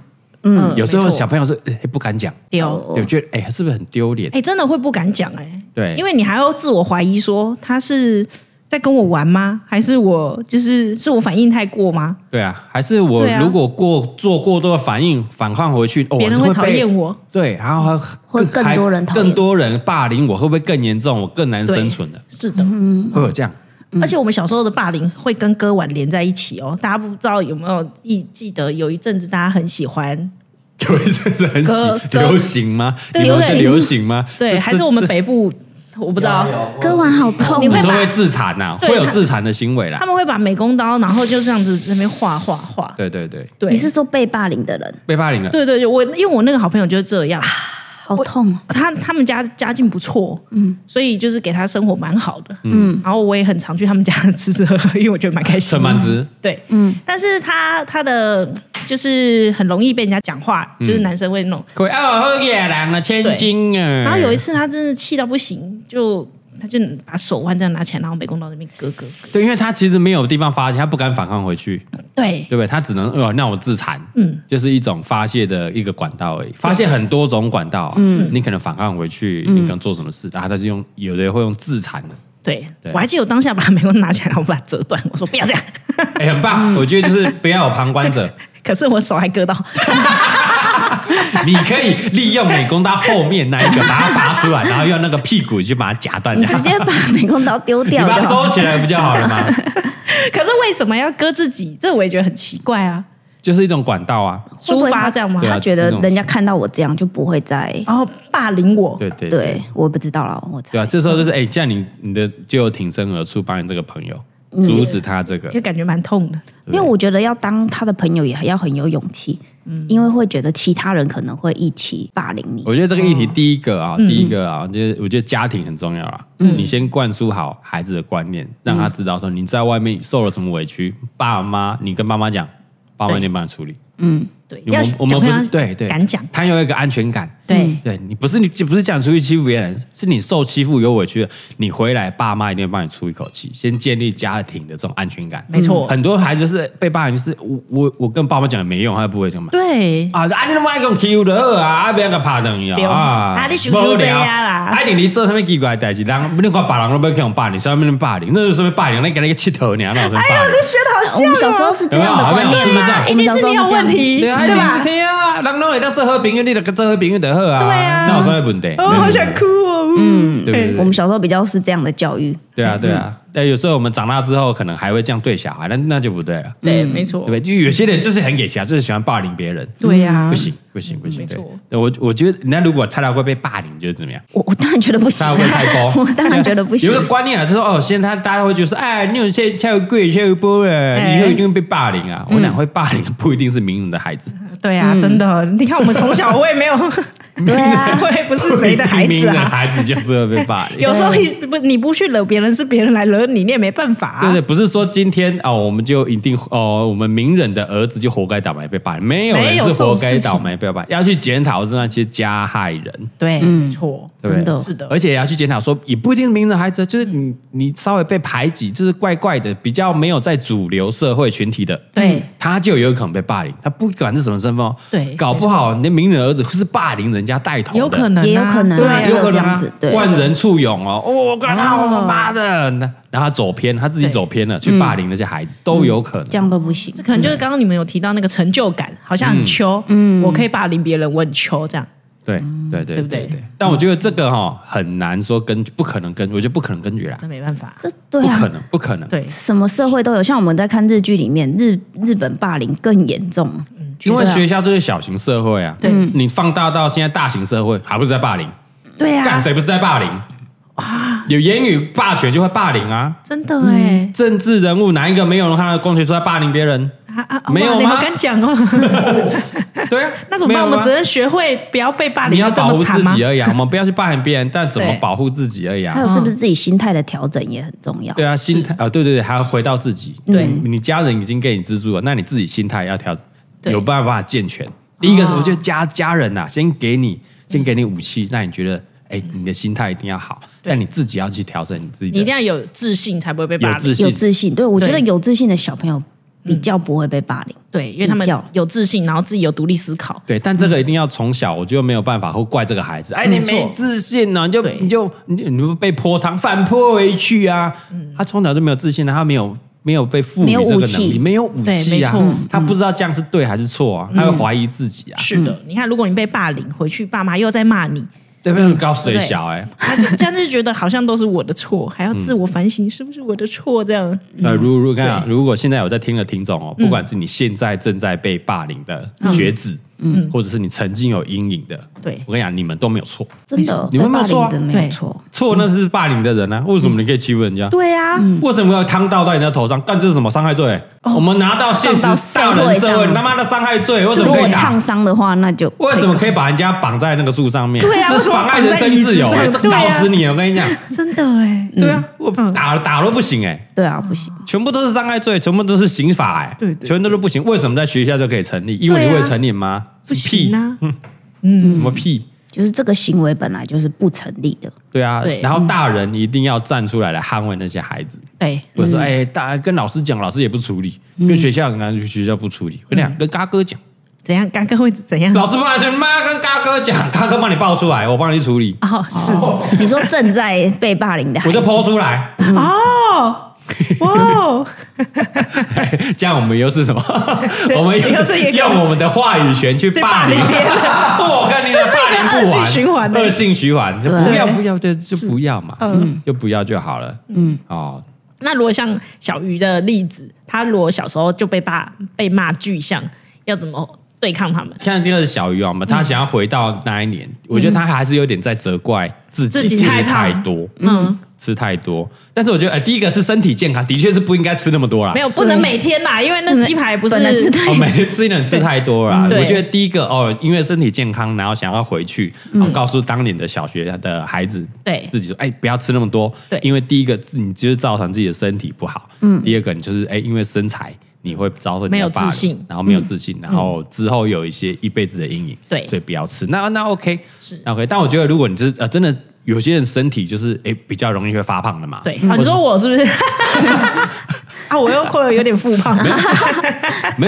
S4: 嗯，
S2: 有时候
S4: 没错
S2: 小朋友是哎不敢讲，
S4: 丢。
S2: 有觉得哎是不是很丢脸
S4: 哎、？真的会不敢讲哎、
S2: 对
S4: 因为你还要自我怀疑说他是在跟我玩吗？还是我就是是我反应太过吗？
S2: 对啊，还是我
S4: 对啊
S2: 如果过做过多的反应，反抗回去，哦
S4: 别人
S2: 这
S4: 会
S2: 被
S4: 讨厌我，
S2: 对，然后还
S3: 会更
S2: 还
S3: 多人讨厌
S2: 更多人霸凌我，会不会更严重？我更难
S4: 对
S2: 生存了，
S4: 是的，
S2: 会有这样。
S4: 而且我们小时候的霸凌会跟割腕连在一起哦。大家不知道有没有记记得有一阵子大家很喜欢，
S2: 有一阵子很
S4: 歌
S2: 喜
S4: 歌
S2: 流行吗？
S4: 对
S2: 你们是
S3: 流行
S2: 流行吗？
S4: 对，
S2: 这
S4: 还是我们北部，我不知道，
S3: 割腕好痛啊
S4: 你
S2: 你
S4: 会
S2: 说
S4: 把
S2: 会自残呐，
S4: 对
S2: 会有
S4: 他
S2: 自残的行为啦
S4: 他。们会把美工刀，然后就这样子在那边画画画。
S2: 对对对，
S4: 对，
S3: 你是说被霸凌的人
S2: 被霸凌了。
S4: 对对对，我因为我那个好朋友就是这样，
S3: 好痛哦、
S4: 他他们家家境不错，嗯，所以就是给他生活蛮好的，嗯，然后我也很常去他们家吃吃喝喝，因为我觉得蛮开心
S2: 陈
S4: 的，
S2: 满之，
S4: 对，嗯，但是他他的就是很容易被人家讲话，就是男生会弄，
S2: 各位哦，好野人啊，千金啊。
S4: 然后有一，次他真的气到不行，就他就把手腕这样拿起来，然后美工刀那边割割割，
S2: 对，因为他其实没有地方发泄，他不敢反抗回去，
S4: 对
S2: 对不对？他只能哦，那我自残，嗯，就是一种发泄的一个管道而已。发泄很多种管道啊，嗯，你可能反抗回去，
S4: 嗯
S2: 你可能做什么事，然啊后他就用有的会用自残的，
S4: 对
S2: 对，
S4: 我还记得我当下把美工刀拿起来，然后把它折断， 我说不要这样，
S2: 哎，很棒，
S4: 嗯
S2: 我觉得就是不要有旁观者。
S4: 可是我手还割到，
S2: 你可以利用美工刀后面那一个把它拔出来，然后用那个屁股去把它夹断
S3: 你
S2: 掉，
S3: 直接把美工刀丢
S2: 你
S3: 掉
S2: 把
S3: 就
S2: 它
S3: 好。
S2: 收起来不就好了吗？
S4: 可是为什么要割自己？这我也觉得很奇怪啊，
S2: 就是一种管道啊，
S3: 会不
S4: 抒
S3: 会
S4: 发
S3: 他
S4: 这样吗
S2: 对？啊
S3: 他觉得人家看到我这样就不会再
S4: 然后霸凌我，
S2: 对对
S3: 对，我不知道了，我
S2: 对
S3: 猜
S2: 啊，这时候就是哎，这样你你的就有挺身而出，帮你这个朋友
S3: 嗯
S2: 阻止他这个
S4: 因为，感觉蛮痛的。
S3: 因为我觉得要当他的朋友也要很有勇气，
S2: 嗯
S3: 因为会觉得其他人可能会一起霸凌你。
S2: 我觉得这个议题第一个啊，
S3: 嗯
S2: 第一个啊，就是我觉得家庭很重要啦。你先灌输好孩子的观念，让
S3: 嗯
S2: 他知道说你在外面受了什么委屈，爸妈你跟爸妈讲，爸妈
S4: 对
S2: 你帮你处理。
S4: 对，
S2: 我
S4: 要
S2: 们我们
S4: 小
S2: 不
S4: 朋友
S2: 是对对
S4: 敢讲，
S2: 他有一个安全感。嗯
S4: 对
S2: 对你不是你不是讲出去欺负别人，是你受欺负有委屈了，你回来爸妈一定会帮你出一口气，先建立家庭的这种安全感。嗯
S4: 没错
S2: 很多孩子就是被霸凌，就是我我我跟爸妈讲也没用，他也不会这么。
S4: 对
S2: 啊！啊，你他妈爱讲欺负就好啊，啊，不要个拍等伊
S4: 对
S2: 啊！
S4: 啊你想想这样啦
S2: 无聊啊，一定你做什么奇怪的代志，人你看别人都要去用霸凌，什么人霸凌，那就是什么霸凌，那给那个佚佗呢，那有什么霸凌？
S4: 学的好哦
S3: 我们小时候是这样的观念
S2: 有没有啊是不是这样
S3: 吗？我
S4: 一
S3: 们
S4: 定
S3: 小时
S4: 是
S3: 候
S4: 你
S3: 是
S4: 有
S3: 这样
S4: 问题，
S2: 对啊，
S4: 对吧？
S2: 对啊，人拢会当做好朋友，你就跟做好朋友就好啊。
S4: 对啊
S2: 那有什么问题？
S4: 哦，好想哭哦，嗯，
S2: 对不对？
S3: 我们小时候比较是这样的教育，
S2: 对啊，对啊。但有时候我们长大之后，可能还会这样对小孩，那那就不对了，
S4: 对，没错
S2: 对嗯不，对？就有些人就是很给小孩，就是喜欢霸凌别人，
S4: 对呀
S2: 不，行不行不行。
S4: 没
S2: 对
S4: 错，
S2: 对我我觉得人家如果菜刀会被霸凌，就是怎么样？
S3: 我我当然觉得不行
S2: 大家会
S3: 啊，
S2: 太高
S3: 我当然觉得不行
S2: 有一。个观念啊，就是哦，现在大家会觉得说，哎，你有些跳贵跳波了，
S4: 哎
S2: 以后一定会被霸凌啊。我俩会霸凌，不一定是名人的孩子，
S4: 对呀，
S2: 嗯
S4: 真的，你看我们从小我也没有，
S3: 对啊，
S4: 我也不是谁的孩
S2: 不一定名
S4: 子
S2: 人的
S4: 啊。
S2: 孩子就是会被霸凌。
S4: 有时候你不你不去惹别人，是别人来惹你，你也没办法啊。
S2: 对对，不是说今天哦，我们就一定哦，我们名人的儿子就活该倒霉被霸凌，没有
S4: 没
S2: 人
S4: 有
S2: 是
S4: 这种
S2: 活该
S4: 事情
S2: 倒霉被霸凌，要去检讨是那些加害人。
S4: 对，没错，
S2: 对嗯不
S3: 真
S2: 对？
S3: 的
S4: 是的
S2: 而且也要去检讨说，也不一定是名人的孩子，就是你你稍微被排挤，就是怪怪的，比较没有在主流社会群体的，
S4: 对
S2: 他就有可能被霸凌。他不管是什么身份哦，
S4: 对
S2: 搞不好你的名人儿子是霸凌人家带头的，
S4: 有可能啊，
S3: 也有可能啊
S4: 对
S3: 也
S4: 啊，
S2: 有
S3: 有
S2: 可
S3: 这
S2: 能
S3: 样
S2: 啊
S3: 子对，
S2: 万人簇拥哦，哦，我干他，
S4: 哦
S2: 我妈的，那然后他走偏，他自己
S4: 对
S2: 走偏了，去霸凌那些孩子都有可能
S3: 这。样都不行
S4: 嗯这。可能就是刚刚你们有提到那个成就感，好像很秋，嗯，我可以霸凌别人，我很秋这样。
S2: 对对对
S4: 嗯对不对
S2: 对。但我觉得这个哈很难说根，不可能根，我觉得不可能根绝啦，
S4: 那没办法，
S3: 这对
S2: 不可
S3: 啊，
S2: 能，不可能。
S4: 对，
S3: 什么社会都有。像我们在看日剧里面，日日本霸凌更严重，
S2: 因为
S3: 对啊
S2: 学校就是小型社会啊，
S4: 对
S2: 你放大到现在大型社会，还不是在霸凌？
S4: 对
S2: 干
S4: 啊，
S2: 谁不是在霸凌？有言语霸权就会霸凌啊！
S4: 真的哎，
S2: 政治人物哪一个没有他的公权出在霸凌别人？
S4: 啊啊，
S2: 没有
S4: 哇你
S2: 吗
S4: 好敢 讲哦，
S2: 对啊，
S4: 那怎
S2: 没
S4: 么
S2: 有
S4: 办？我们
S2: 吗
S4: 只能学会不啊要被霸
S2: 你
S4: 凌
S2: 要
S4: 的这
S2: 保
S4: 么
S2: 护
S4: 惨
S2: 自
S4: 吗
S2: 己？而已、啊，我们不要去霸凌别 人，但怎么
S4: 对
S2: 保护自己而已
S3: 还
S2: 啊
S3: 有？是不是自己心态的调整也很重要？
S2: 对啊，心态啊、对对对，还要回到自己。
S3: 对
S2: 你你家人已经给你资助了，那你自己心态要调整，
S4: 对哦
S2: 有办法健全。第一个是，我觉得家家人呐、啊，先给你先给你武器，让你觉得，哎，你的心态一定要好，但你自己要去调整你自己的，
S4: 你一定要有自信才不会被霸
S2: 有自
S4: 凌，
S2: 信嗯
S3: 有自信，对我觉得
S4: 对
S3: 有自信的小朋友比较不会被霸凌。
S4: 对，因为他们
S3: 比较
S4: 有自信，然后自己有独立思考，
S2: 对，但
S4: 嗯
S2: 这个一定要从小，我觉得没有办法，会怪这个孩子。哎，你
S4: 没错
S2: 没自信啊呢、你就
S4: 对
S2: 你就你你就被泼汤反泼回去啊！
S4: 嗯
S2: 他从小就没有自信啊了，他没有没有被赋予
S3: 没有
S2: 这个
S3: 武器
S2: 能力，没有武
S4: 对
S2: 器啊
S4: 没错嗯，
S2: 他不知道这样是对还是错啊，他会怀疑自己啊，
S4: 是的，你看，如果你被霸凌，回去爸妈又在骂你，
S2: 对不对？高水小哎，
S4: 他就这样就觉得好像都是我的错，还要自我反省是不是我的错这样。
S2: 呃，如如看啊，如果现在有在听的听众
S4: 嗯
S2: 哦，不管是你现在正在被霸凌的学子，嗯，或者是你曾经有阴影的，
S4: 对
S2: 我跟你讲，你们都没有错，
S3: 真的，
S2: 你
S3: 被
S2: 们没有
S3: 霸
S2: 错啊
S3: 凌的没有错，
S2: 错那是霸凌的人啊，为什么你可以欺负人家？
S4: 嗯对啊，哦
S2: 为什么要汤倒到人家头上？但这是什么伤害罪？我们拿到现实大人社
S3: 放到社会
S2: 会，
S3: 上
S2: 你他妈的伤害罪，为什
S3: 如
S2: 么可
S3: 果
S2: 以打
S3: 烫？伤的话，那就
S2: 为什么可以把人家绑在那个树上面？
S4: 对啊
S2: 这是妨碍人身自由、
S4: 为什么绑在
S2: 欸，这
S4: 椅子上啊
S2: 搞死你！我跟你讲，
S4: 真的哎，
S2: 对啊，我打打都不行哎、
S3: 对啊，不行，
S2: 全部都是伤害罪，全部都是刑法哎、
S4: 对对
S2: 全部都是不行。为什么在学校就可以成立？因为你
S4: 对啊
S2: 未成年吗？
S4: 不行
S2: 屁，
S4: 啊，
S2: 什么屁？
S3: 就是这个行为本来就是不成立的。
S2: 对啊，
S4: 对嗯
S2: 然后大人一定要站出来来捍卫那些孩子。
S4: 对，
S2: 我说，哎、大家跟老师讲，老师也不处理；
S4: 嗯
S2: 跟学校讲，学校不处理。我跟你讲，跟嘎哥讲，
S4: 怎样？刚刚会怎 样？
S2: 老师帮你去妈跟嘎哥讲，嘎哥帮你报出来，我帮你处理，
S4: 哦，是
S3: 你说正在被霸凌
S4: 哎
S3: 的孩
S2: 我就
S3: 子，
S2: 剖出来。
S4: 哦，哇哦，
S2: 这样我们又是什么？ 我们
S4: 又是一个
S2: 用我们的话语权去霸凌
S4: 去霸凌别人
S2: 我跟你的霸凌
S4: 这
S2: 不
S4: 是一个
S2: 完，
S4: 恶性循环欸
S2: 恶性循环，就
S3: 对
S2: 不要不要，对，就不要嘛，
S4: 嗯
S2: 就不要就好了。嗯，哦，
S4: 那如果像小鱼的例子，他如果小时候就被霸被骂巨像，要怎么对抗他们？
S2: 看第二是小鱼啊
S4: 嗯
S2: 嘛，他想要回到那一年，我觉得他还是有点在责怪自己
S4: 自己
S2: 吃
S4: 太胖
S2: 太多，
S4: 嗯，
S2: 吃太多。但是我觉得，呃，第一个是身体健康，的确是不应该吃那么多啦。
S4: 没有，不能每天啦，因为那鸡排不是
S3: 嗯本来是
S2: 哦，每天吃一点吃太多啦。
S4: 对
S2: 我觉得第一个哦，因为身体健康，然后想要回去，然后告诉当年的小学的孩子，
S4: 嗯对
S2: 自己说，哎，不要吃那么多，
S4: 对
S2: 因为第一个自你就是造成自己的身体不好，嗯，第二个你就是哎，因为身材。你会遭受
S4: 没有
S2: 你的霸凌
S4: 自信嗯
S2: 然后没有自信，然后之后有一些一辈子的阴影，
S4: 对
S2: 所以不要吃。那那 OK 是 OK，但我觉得如果你是呃真的有些人身体就是哎比较容易会发胖的嘛，
S4: 对。
S3: 嗯
S4: 啊，你说我是不 是？啊，我又会有点复胖，哦
S2: 没有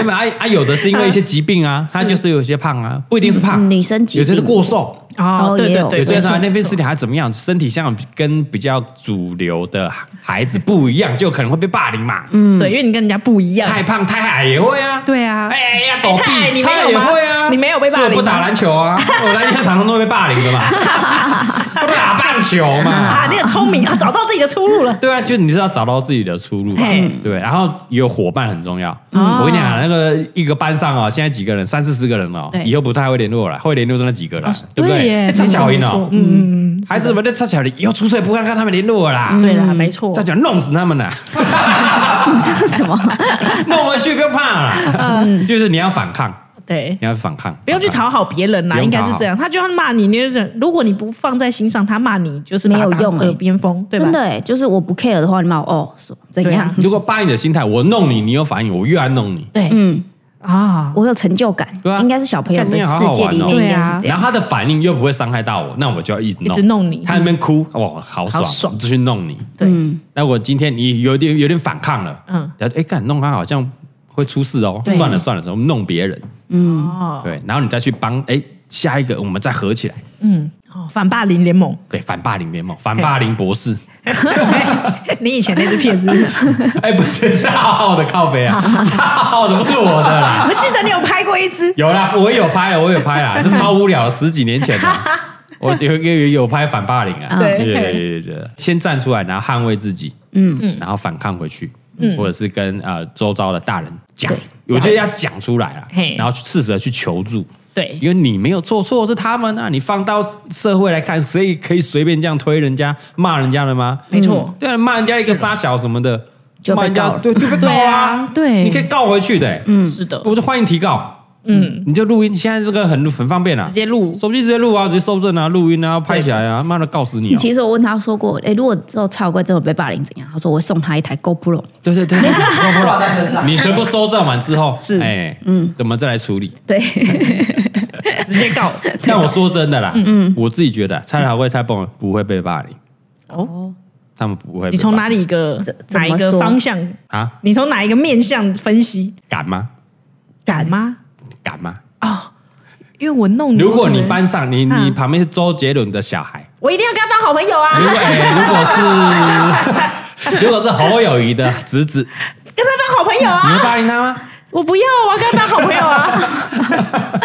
S2: 没 有啊啊，有的是因为一些疾病啊，他就是有一些胖啊，不一定是胖，
S3: 嗯女生疾病
S2: 有些是过瘦，
S3: 哦
S4: 对
S3: 也
S4: 对
S3: 有
S4: 对，
S2: 有些人
S4: 没错
S2: 说内啡斯理还怎么样，身体像跟比较主流的孩子不一样，就可能会被霸凌嘛。嗯，
S4: 对，因为你跟人家不一样，
S2: 太胖太矮也会啊。
S4: 对啊
S2: 哎呀，倒
S4: 太矮
S2: 闭
S4: 你
S2: 他
S4: 没有
S2: 也
S4: 吗
S2: 会啊，
S4: 你没有被霸
S2: 所以我
S4: 凌
S2: 不打
S4: 吗
S2: 篮球啊， 我篮球场上都被霸凌的嘛，我不打棒球嘛。
S4: 啊，你很聪明啊，找到自己的出路了。
S2: 对啊，就你是要找到自己的出路嘛啊
S4: 嘿，
S2: 对。然后有伙伴很重要。
S4: 嗯
S2: 我跟你讲啊，那个一个班上哦，现在几个人，三四十个人哦
S6: 对，
S2: 以后不太会联络了，会联络是那几个人，对不
S4: 哦对耶
S2: 对？
S4: 没
S2: 蔡
S4: 错
S2: 小英
S4: 没
S2: 哦
S4: 错，嗯嗯嗯，
S2: 孩子们在蔡小林以后出社会不要跟他们联络了
S3: 嗯
S2: 啦。
S4: 对啦，没错
S2: 蔡。小林弄死他们 啦，
S3: 你这个什么？
S2: 弄回去不要怕啦。就是你要反抗，
S4: 对，
S2: 你要反抗，
S4: 嗯不用去
S2: 反抗
S4: 讨好别人啦，
S2: 不
S4: 应
S2: 用
S4: 该
S2: 讨好
S4: 是这样。他就算骂你，你就是如果你不放在心上，他骂你就是
S3: 没有用
S4: 把
S3: 欸
S4: 他当耳边风， 对吧？
S3: 真的哎、就是我不 care 的话，你骂我哦，说怎
S4: 对
S3: 样
S4: 啊？
S2: 如果扒你的心态，我弄你，你有反应，我越爱弄你。
S4: 对
S3: 嗯，
S4: 啊，
S3: 我有成就感，
S2: 对啊
S3: 应该是小朋友
S2: 干
S3: 的
S2: 你好好
S3: 世界里
S2: 玩哦
S3: 面应该是这
S2: 然
S3: 样。
S2: 后他的反应又不会伤害到我，那我就要一直弄，
S4: 啊一直弄你
S2: 他在那边哭，哇，好爽，
S4: 好爽
S2: 就去弄你。
S4: 对
S3: 嗯，
S2: 那我今天你有点有点反抗了，
S4: 嗯
S2: 嗯，然后哎，干弄他好像会出事哦，
S4: 对
S2: 算了算了，我们弄别人，
S4: 哦，
S2: 对，然后你再去帮，哎，下一个我们再合起来，
S4: 嗯，哦，反霸凌联盟，
S2: 对，反霸凌联盟，反霸凌博士，
S4: 你以前那只 骗子，我
S2: 哎，不是是浩浩的靠背啊，是浩浩的不是我的啦。
S4: 记得你有拍过一只，
S2: 有啦，我有拍了，我有拍啦，这超无聊，十几年前的。我有有有拍反霸凌啊，
S4: 对
S2: 对对对对，对先站出来，然后捍卫自己，嗯嗯，然后反抗回去，嗯，或者是跟呃周遭的大人讲，我觉得要讲出来啦啊
S4: 嘿，
S2: 然后去适时的去求助，
S4: 对
S2: 因为你没有做错，是他们啊，你放到社会来看，谁可以随便这样推人家、骂人家的吗？
S4: 没错，
S2: 对啊，骂人家一个杀小什么的，
S3: 就被
S2: 骂人
S3: 告
S2: 家
S3: 了
S2: 对 就被告
S4: 对啊
S2: 啊，
S4: 对
S2: 你可以告回去的，欸
S4: 是的，
S2: 我就欢迎提告。
S4: 嗯，
S2: 你就录音，现在这个很很方便啊
S4: 直，接录，
S2: 手机直接录啊，直接收证啊，录音啊，拍起来啊，妈的告死你啊！
S3: 其实我问他说过，哎、如果之后超过真的被霸凌怎样？他说我会送他一台 GoPro。
S2: 对对对，
S5: 挂在身上，
S2: 你全部收证完之后，
S4: 是
S2: 哎，嗯，怎么再来处理？
S3: 对，
S4: 直接告，
S2: 但我说真的啦，嗯，我自己觉得蔡老会、蔡蹦不会被霸凌，
S4: 哦，
S2: 他们不会被霸凌。
S4: 你从哪里一个
S3: 怎怎
S4: 哪
S3: 么
S4: 一个
S3: 说
S4: 方向，
S2: 啊？
S4: 你从哪一个面向分析，
S2: 敢吗？
S4: 敢吗？
S2: 敢吗？
S4: 哦，因为我弄你，
S2: 如果你
S4: 我可能
S2: 班上你
S4: 嗯
S2: 你旁边是周杰伦的小孩，
S4: 我一定要跟他当好朋友啊，
S2: 如果哎如果是 如果是侯友谊的侄子，
S4: 跟他当好朋友
S2: 你会
S4: 啊，
S2: 霸凌他吗？
S4: 我不要，我要跟他当好朋 友啊，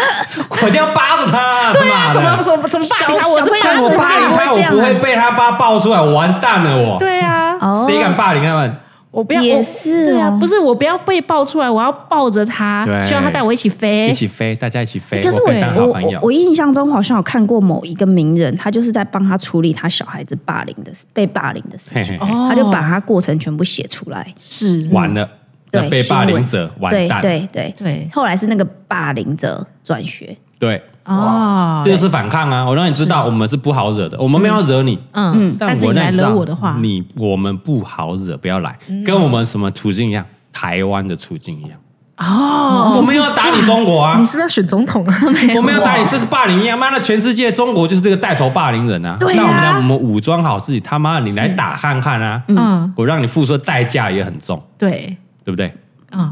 S2: 我一定要扒着他！对
S4: 对啊，怎么怎么怎么霸凌他？
S3: 小
S4: 我是
S3: 小朋友
S4: 霸
S3: 的
S4: 凌
S3: 世界
S4: 霸凌
S3: 不会
S4: 他
S2: 他
S3: 这
S2: 我
S3: 样啊
S2: 不会被他爸爆出来，完蛋了我！
S4: 对啊，
S3: 哦
S2: 谁敢霸凌他们？
S4: 我不要
S3: 也
S4: 我
S3: 是
S4: 对啊，
S3: 哦
S4: 不是我不要被抱出来，我要抱着他，
S2: 对
S4: 希望他带我一起飞
S2: 一。起飞，大家一起飞，
S4: 可是我
S2: 我跟当好
S3: 我
S2: 朋
S3: 我
S2: 友
S3: 我。印象中好像有看过某一个名人，他就是在帮他处理他小孩子霸凌的事被霸凌的事
S2: 嘿
S3: 情
S2: 嘿，嘿
S4: 哦
S3: 他就把他过程全部写出来。
S4: 是
S2: 完了，
S3: 对
S2: 那被霸凌者完
S3: 对
S2: 蛋，
S3: 对对
S4: 对
S3: 后来是那个霸凌者转学，
S2: 对
S4: 哦，
S2: 这就是反抗啊！我让你知道，我们是不好惹的，我们没有要惹你。
S4: 嗯嗯，但
S2: 但
S4: 是
S2: 我
S4: 你
S2: 让
S4: 来
S2: 知道
S4: 惹我的话，嗯
S2: 你我们不好惹，不要来，跟我们什么处境一样，台湾的处境一样。
S4: 哦，
S2: 我们要打你中国啊！
S4: 是不是要选总统 啊？
S2: 我们要打你这个霸凌一样，妈的，全世界中国就是这个带头霸凌人啊！
S4: 对啊
S2: 那我们让我们武装好自己，他妈的，你来打看看啊！
S4: 嗯，
S2: 我让你付出的代价也很重，
S4: 对，
S2: 对不对？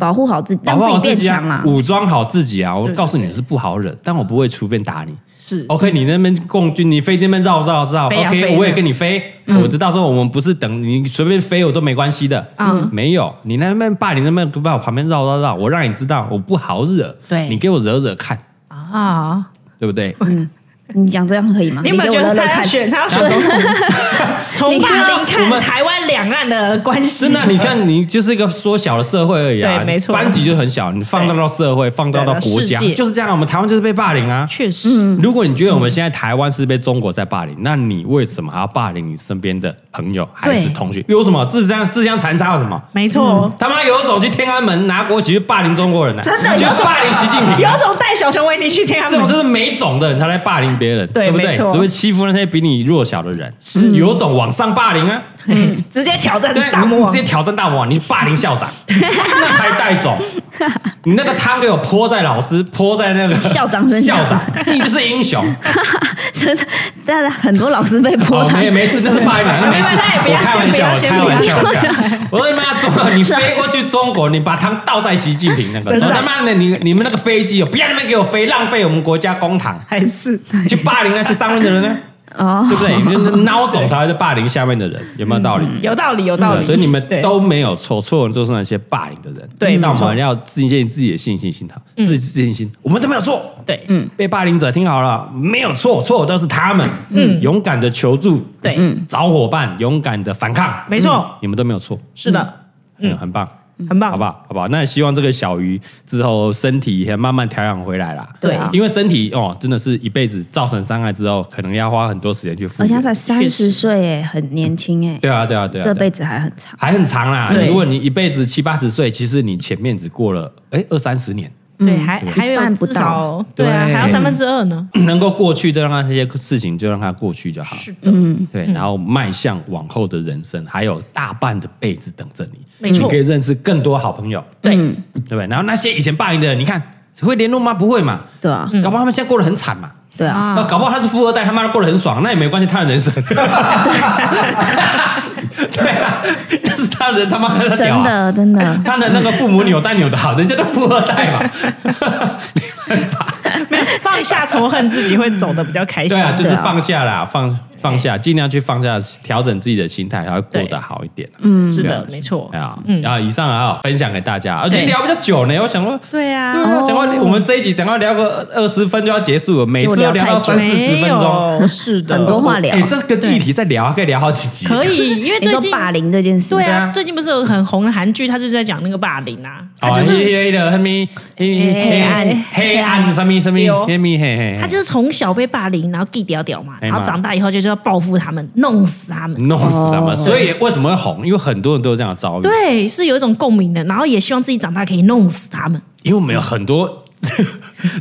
S3: 保护好自己，让
S2: 保护好
S3: 己变
S2: 自己啊
S3: 强啦。
S2: 武装好自己啊！我
S4: 对
S2: 告诉你是不好惹，但我不会随便打你。
S4: 是
S2: OK，你那边共军，你飞这边绕绕绕
S4: 飞啊飞
S2: ，OK，
S4: 啊
S2: 我也跟你飞。我知道说我们不是等你随便飞我都没关系的，
S4: 嗯
S2: 没有，你那边霸凌那边把我旁边绕绕绕，我让你知道我不好惹，
S4: 对
S2: 你给我惹惹看，
S4: 啊。
S2: 对不 对？
S3: 你讲这样可以吗？
S4: 你有没有
S3: 给
S4: 觉
S3: 我
S4: 得
S3: 乐乐
S4: 他要
S3: 看？
S4: 选他要选
S2: 然后
S4: 总统？从霸凌
S2: 我
S4: 看
S2: 们
S4: 台湾两岸的关系，
S2: 真的啊，你看你就是一个缩小的社会而已啊，
S4: 对没错
S2: 班级就很小，你放大到社会，放大到国家
S4: 世界，
S2: 就是这样啊。我们台湾就是被霸凌啊，
S4: 确实
S3: 嗯
S2: 如果你觉得我们现在台湾是被中国在霸凌，那你为什么还要霸凌你身边的朋友、孩子、
S4: 对
S2: 同学？有什么自相自相残杀有什么？
S4: 没错，
S3: 嗯
S2: 他妈有种去天安门拿国旗去霸凌中国人啊！
S4: 真的
S2: 就
S4: 有种
S2: 霸凌习近平
S4: 有
S2: 啊。
S4: 种带小熊维尼去天安
S2: 这种就
S4: 门，
S2: 是没种的人才来霸凌别人，
S4: 对
S2: 不
S4: 没
S2: 对？
S4: 错
S2: 只会欺负那些比你弱小的人，有种我网上霸凌啊，
S4: 直接挑战
S2: 对，
S4: 大魔
S2: 你
S4: 王
S2: 直接，挑战大魔王，你去霸凌校 长，那才带走。你那个汤给我泼在老师，泼在那个
S3: 校长身上
S2: 校长，你就是英雄。
S3: 真的，但是很多老师被泼
S2: 哦，
S3: 他
S2: 没，没事，这是霸凌， 那没事，
S4: 不
S2: 我
S4: 要
S2: 开玩
S4: 不
S2: 笑，
S4: 要
S2: 我
S4: 先
S2: 开玩
S4: 不
S2: 笑
S4: 要啊
S2: 我开 玩笑。我说妈，中国，你飞过去中国，你把汤倒在习近平那个，
S4: 身
S2: 说
S4: 上
S2: 他妈的，你你们那个飞机哦，不要那边给我飞，浪费我们国家公帑，
S4: 还是
S2: 去霸凌那些上面的人呢，
S3: 哦
S2: 对不对？你就是孬种才会在霸凌下面的人，有没有道理？
S4: 有道理，有嗯道
S2: 对
S4: 理。
S2: 啊所以你们
S4: 对
S2: 都没有错，错的就是那些霸凌的人。
S4: 对
S2: 那
S4: 没
S2: 我
S4: 错嗯
S2: 们要自建立自己的信心心态，自己自信心，我们都没有错。
S4: 对，
S3: 嗯
S2: 被霸凌者听好了，没有错，错的都是他们。嗯，勇敢的求助，
S4: 对，
S3: 嗯
S2: 找伙伴，勇敢的反抗，
S4: 没错
S2: 嗯你们都没有错，
S4: 是的，
S2: 嗯，很棒，
S4: 很棒，
S2: 好不？好？好不好？那也希望这个小鱼之后身体也慢慢调养回来啦。
S4: 对啊
S2: 因为身体哦，真的是一辈子造成伤害之后，可能要花很多时间去复
S3: 而且他
S2: 原。
S3: 才三十岁哎，很年轻哎，
S2: 对啊，对啊，对啊，对啊
S3: 这辈子还很长。
S2: 还很长啦。
S4: 对
S2: 如果你一辈子七八十岁，其实你前面只过了哎二三十年，
S4: 对，还还
S3: 嗯一
S4: 有
S3: 半不
S4: 至
S3: 到
S4: 少对啊，
S2: 对
S4: 还有三分之二呢。
S2: 能够过去的让他这些事情就让它过去就好。是的，
S3: 嗯
S2: 对，然后迈向往后的人生，还有大半的辈子等着你。
S4: 没错
S2: 你可以认识更多好朋友，
S4: 对，
S3: 嗯
S2: 对不对？然后那些以前霸凌的人，你看会联络吗？不会嘛？
S3: 对啊，
S4: 嗯
S2: 搞不好他们现在过得很惨嘛。
S3: 对啊，
S2: 那搞不好他是富二代，他妈的过得很爽，那也没关系，他的 人生。对啊，那是他的人他妈的屌
S3: 真
S2: 啊！
S3: 的真的，
S2: 他的那个父母扭蛋扭的好，人家都富二代嘛。
S4: 放下仇恨，自己会走的比较开心。
S2: 对啊，就是
S3: 对啊
S2: 放下啦，放放下，尽量去放下，调整自己的心态，才会过
S4: 对
S2: 得好一点啊。
S4: 嗯是
S2: 对啊
S4: 的，没错。嗯
S2: 啊，然后以上啊分享给大家，而且
S4: 对
S2: 聊比较久呢，我想说。
S4: 对啊
S2: 对啊，想到
S3: 哦
S2: 我们这一集等到聊个二十分就要结束了，每次都聊到三四十分钟，
S4: 有，是的，
S3: 很多话聊
S2: 哎，这个议题再聊，可以聊好几集。
S4: 可以，因为
S3: 你
S4: 最
S3: 说
S4: 近
S3: 霸凌这件事，
S4: 对
S2: 对
S4: 啊
S2: 啊，
S4: 最近不是有很红的韩剧，他就是在讲那个霸凌啊，
S2: 好
S4: 他
S2: 啊，
S4: 就
S2: 就是
S4: 是
S2: 黑的什么黑
S3: 暗
S2: 黑暗什么什么
S4: 对哦
S2: 黑咪黑黑，
S4: 他就是从小被霸凌，然后地屌屌嘛，
S2: 哎
S4: 然
S2: 妈嗯
S4: 后长大以后就是要报复他们，弄死他们。
S2: 弄死他们。
S3: 哦
S2: 所以为什么会红？因为很多人都有这样的遭遇。
S4: 对，啊是有一种共鸣的，然后也希望自己长大可以弄死他们。
S2: 因为我们有很 多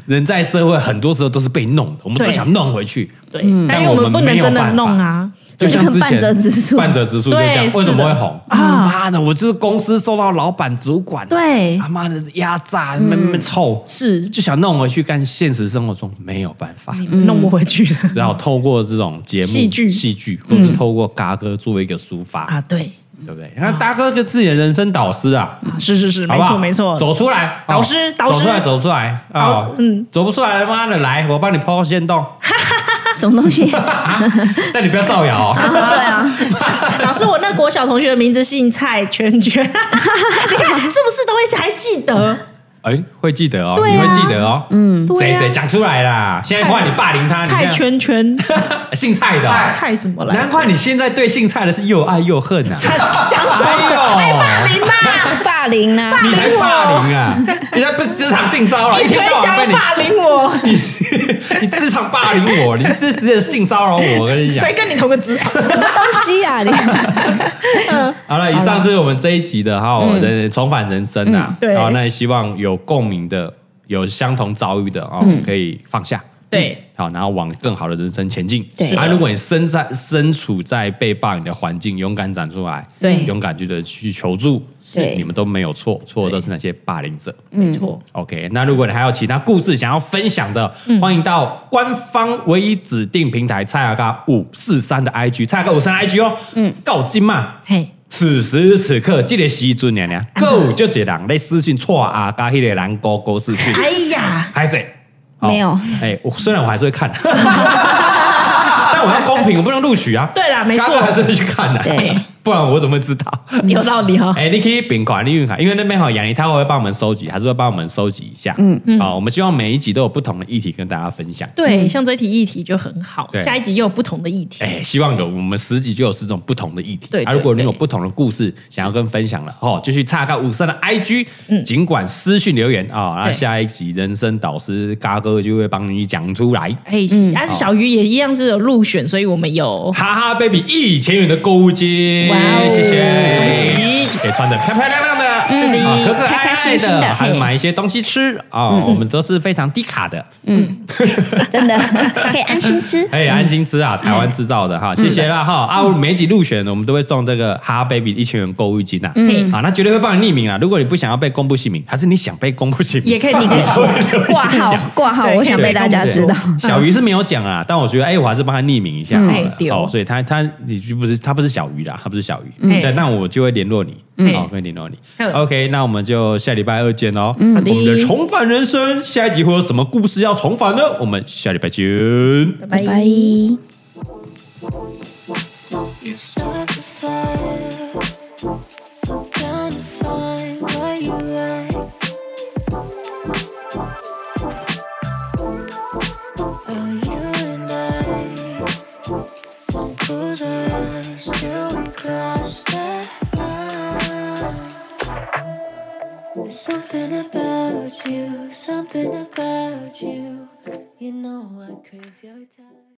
S2: 人在社会，很多时候都是被弄的，我们都
S4: 对
S2: 想弄回去。
S4: 对，
S2: 但
S3: 嗯
S4: 但因为
S2: 我
S4: 我
S2: 们
S4: 们不
S2: 没
S4: 能
S2: 有
S4: 真的
S2: 办法
S4: 弄啊。
S2: 就
S3: 就
S2: 像
S3: 跟
S2: 之前
S3: 半折指数
S2: 半折指数就这样，
S4: 对
S2: 为什
S4: 是
S2: 么
S4: 的
S2: 会红
S4: 啊
S2: 妈的，我就是公司受到老板主管
S4: 对嗯
S2: 他妈的压榨，那么臭，
S4: 是
S2: 就想弄回去，但现实生活中没有办法。
S4: 弄不回去的
S2: 只好透过这种节目、
S4: 戏剧嗯
S2: 戏剧，或是透过嘎哥作为一个抒发，
S4: 啊，对，
S2: 对不对？然后嘎哥就自己的人生导师啊，
S4: 啊是是是，
S2: 好
S4: 没
S2: 不好
S4: 错没错，
S2: 走出来，
S4: 导师
S2: 哦
S4: 导
S2: 走
S4: 师
S2: 出来，走出来啊
S4: 导，嗯
S2: 走不出来，妈的，来，我帮你抛线 洞，
S3: 什么东西？
S2: 啊但你不要造谣哦。
S3: 对啊，
S4: 老师，我那国小同学的名字姓蔡圈 圈，你看是不是都会还记得？
S2: 哎，会记得哦，
S4: 对
S2: 你
S4: 啊
S2: 会记得哦，嗯，
S4: 对
S2: 谁
S4: 啊
S2: 谁讲出来啦？现在换你霸凌他，你
S4: 蔡
S2: 看
S4: 圈圈，
S2: 姓蔡的哦，
S4: 蔡什么来
S2: 难
S4: 着？
S2: 怪你现在对姓蔡的是又爱又恨啊，
S4: 蔡讲什么？
S2: 哎
S4: 哎，
S2: 呦
S4: 霸凌啦！
S3: 霸凌 啊，
S2: 你才霸凌啊，你才不是职场性骚扰，一
S4: 你可
S2: 天
S4: 以
S2: 到晚
S4: 想
S2: 被
S4: 要
S2: 你
S4: 霸凌我？
S2: 你 你职场霸凌我，你是直接性骚扰我，我跟你讲
S4: 谁。跟你同个职场？
S3: 什么东西呀、 啊？你
S2: 好了，以上就是我们这一集的哈，人重返人生呐。
S4: 对
S2: 好，那也希望有共鸣的、有相同遭遇的哦，可以放下。嗯
S4: 对，
S2: 好，然后往更好的人生前进。
S3: 对
S2: 啊，如果你身在身处在被霸凌的环境，勇敢站出来，
S4: 对
S2: 勇敢去的去求助，
S3: 对
S2: 你们都没有错，错的都是那些霸凌者。
S4: 没错，
S2: OK，那如果你还有其他故事想要分享的，欢迎到官方唯一指定平台蔡阿嘎五四三的 IG，蔡阿嘎五三 IG 哦，嗯，告金嘛。
S4: 嘿，
S2: 此时此刻，这个时阵娘娘，够就一人在私讯错阿嘎迄个人勾勾私讯，
S4: 哎呀，
S2: 还是
S3: 没有
S2: 哎，我虽然我还是会看，但我要公平，我不能录取啊。
S4: 对啦，没
S2: 嘎
S4: 错哦
S2: 哥，还是会去看的、啊
S3: 对
S2: 不然我怎么会知道？
S4: 有道理哈。
S2: 哎、你可以饼款，你用卡，因为那边好杨怡，他会帮我们收集，还是会帮我们收集一下。嗯嗯，好、我们希望每一集都有不同的议题跟大家分享。
S4: 对，像这一题议题就很好
S2: 嗯对，
S4: 下一集又有不同的议题。
S2: 哎、希望有我们十集就有十种不同的议题。
S4: 对
S2: 啊，
S4: 对
S2: 如果你有
S4: 对
S2: 不同的故事想要跟分享了，哦，就去查看五三的 IG，尽管私讯留言啊，那、
S4: 嗯对
S2: 下一集人生导师嘎哥就会帮你讲出来。
S4: 哎，但是小鱼也一样是有入选，所以我们有
S2: 哈哈 baby 一千元的购物金，
S4: 哇哦
S2: 谢谢，
S4: 恭喜
S2: 也穿的漂漂亮亮的，
S4: 是的，
S2: 啊可可
S3: 开
S2: 爱
S3: 开
S2: 爱
S3: 心心的
S2: 的，还
S3: 嘿
S2: 买一些东西吃啊，
S4: 嗯
S2: 我们都是非常低卡的，
S3: 真的 可以安心吃。
S2: 可以安心吃
S4: 嗯
S2: 啊，台湾制造的哈，谢谢啦哈啊！每一集入选，我们都会送这个哈 baby 一千元购物金呐，
S4: 嗯
S2: 啊，那绝对会帮你匿名啊！如果你不想要被公布姓名，还是你想被公布姓名，
S4: 也可以 你的写
S3: 挂号挂号，
S4: 对
S3: 我想被大家知道。
S2: 对小鱼是没有讲啊，但我觉得哎，我还是帮他匿名一下好
S4: 哎
S2: 了
S4: 对
S2: 哦，所以他他你就不是他不是小鱼啦，他不是小鱼，
S4: 嗯
S2: 对，那我就会联络你，哦
S4: 嗯
S2: 好，会联络你
S4: 好。嗯
S2: OK，那我们就下礼拜二见喽。我
S4: 好的
S2: 们的重返人生下一集会有什么故事要重返呢？我们下礼拜见。
S4: 拜拜
S3: 拜。。
S1: You start the fire. I'm gonna find what you like. Oh, you and I won't close our eyes till we cross that line. There's something about you, something about you. You know I crave your touch.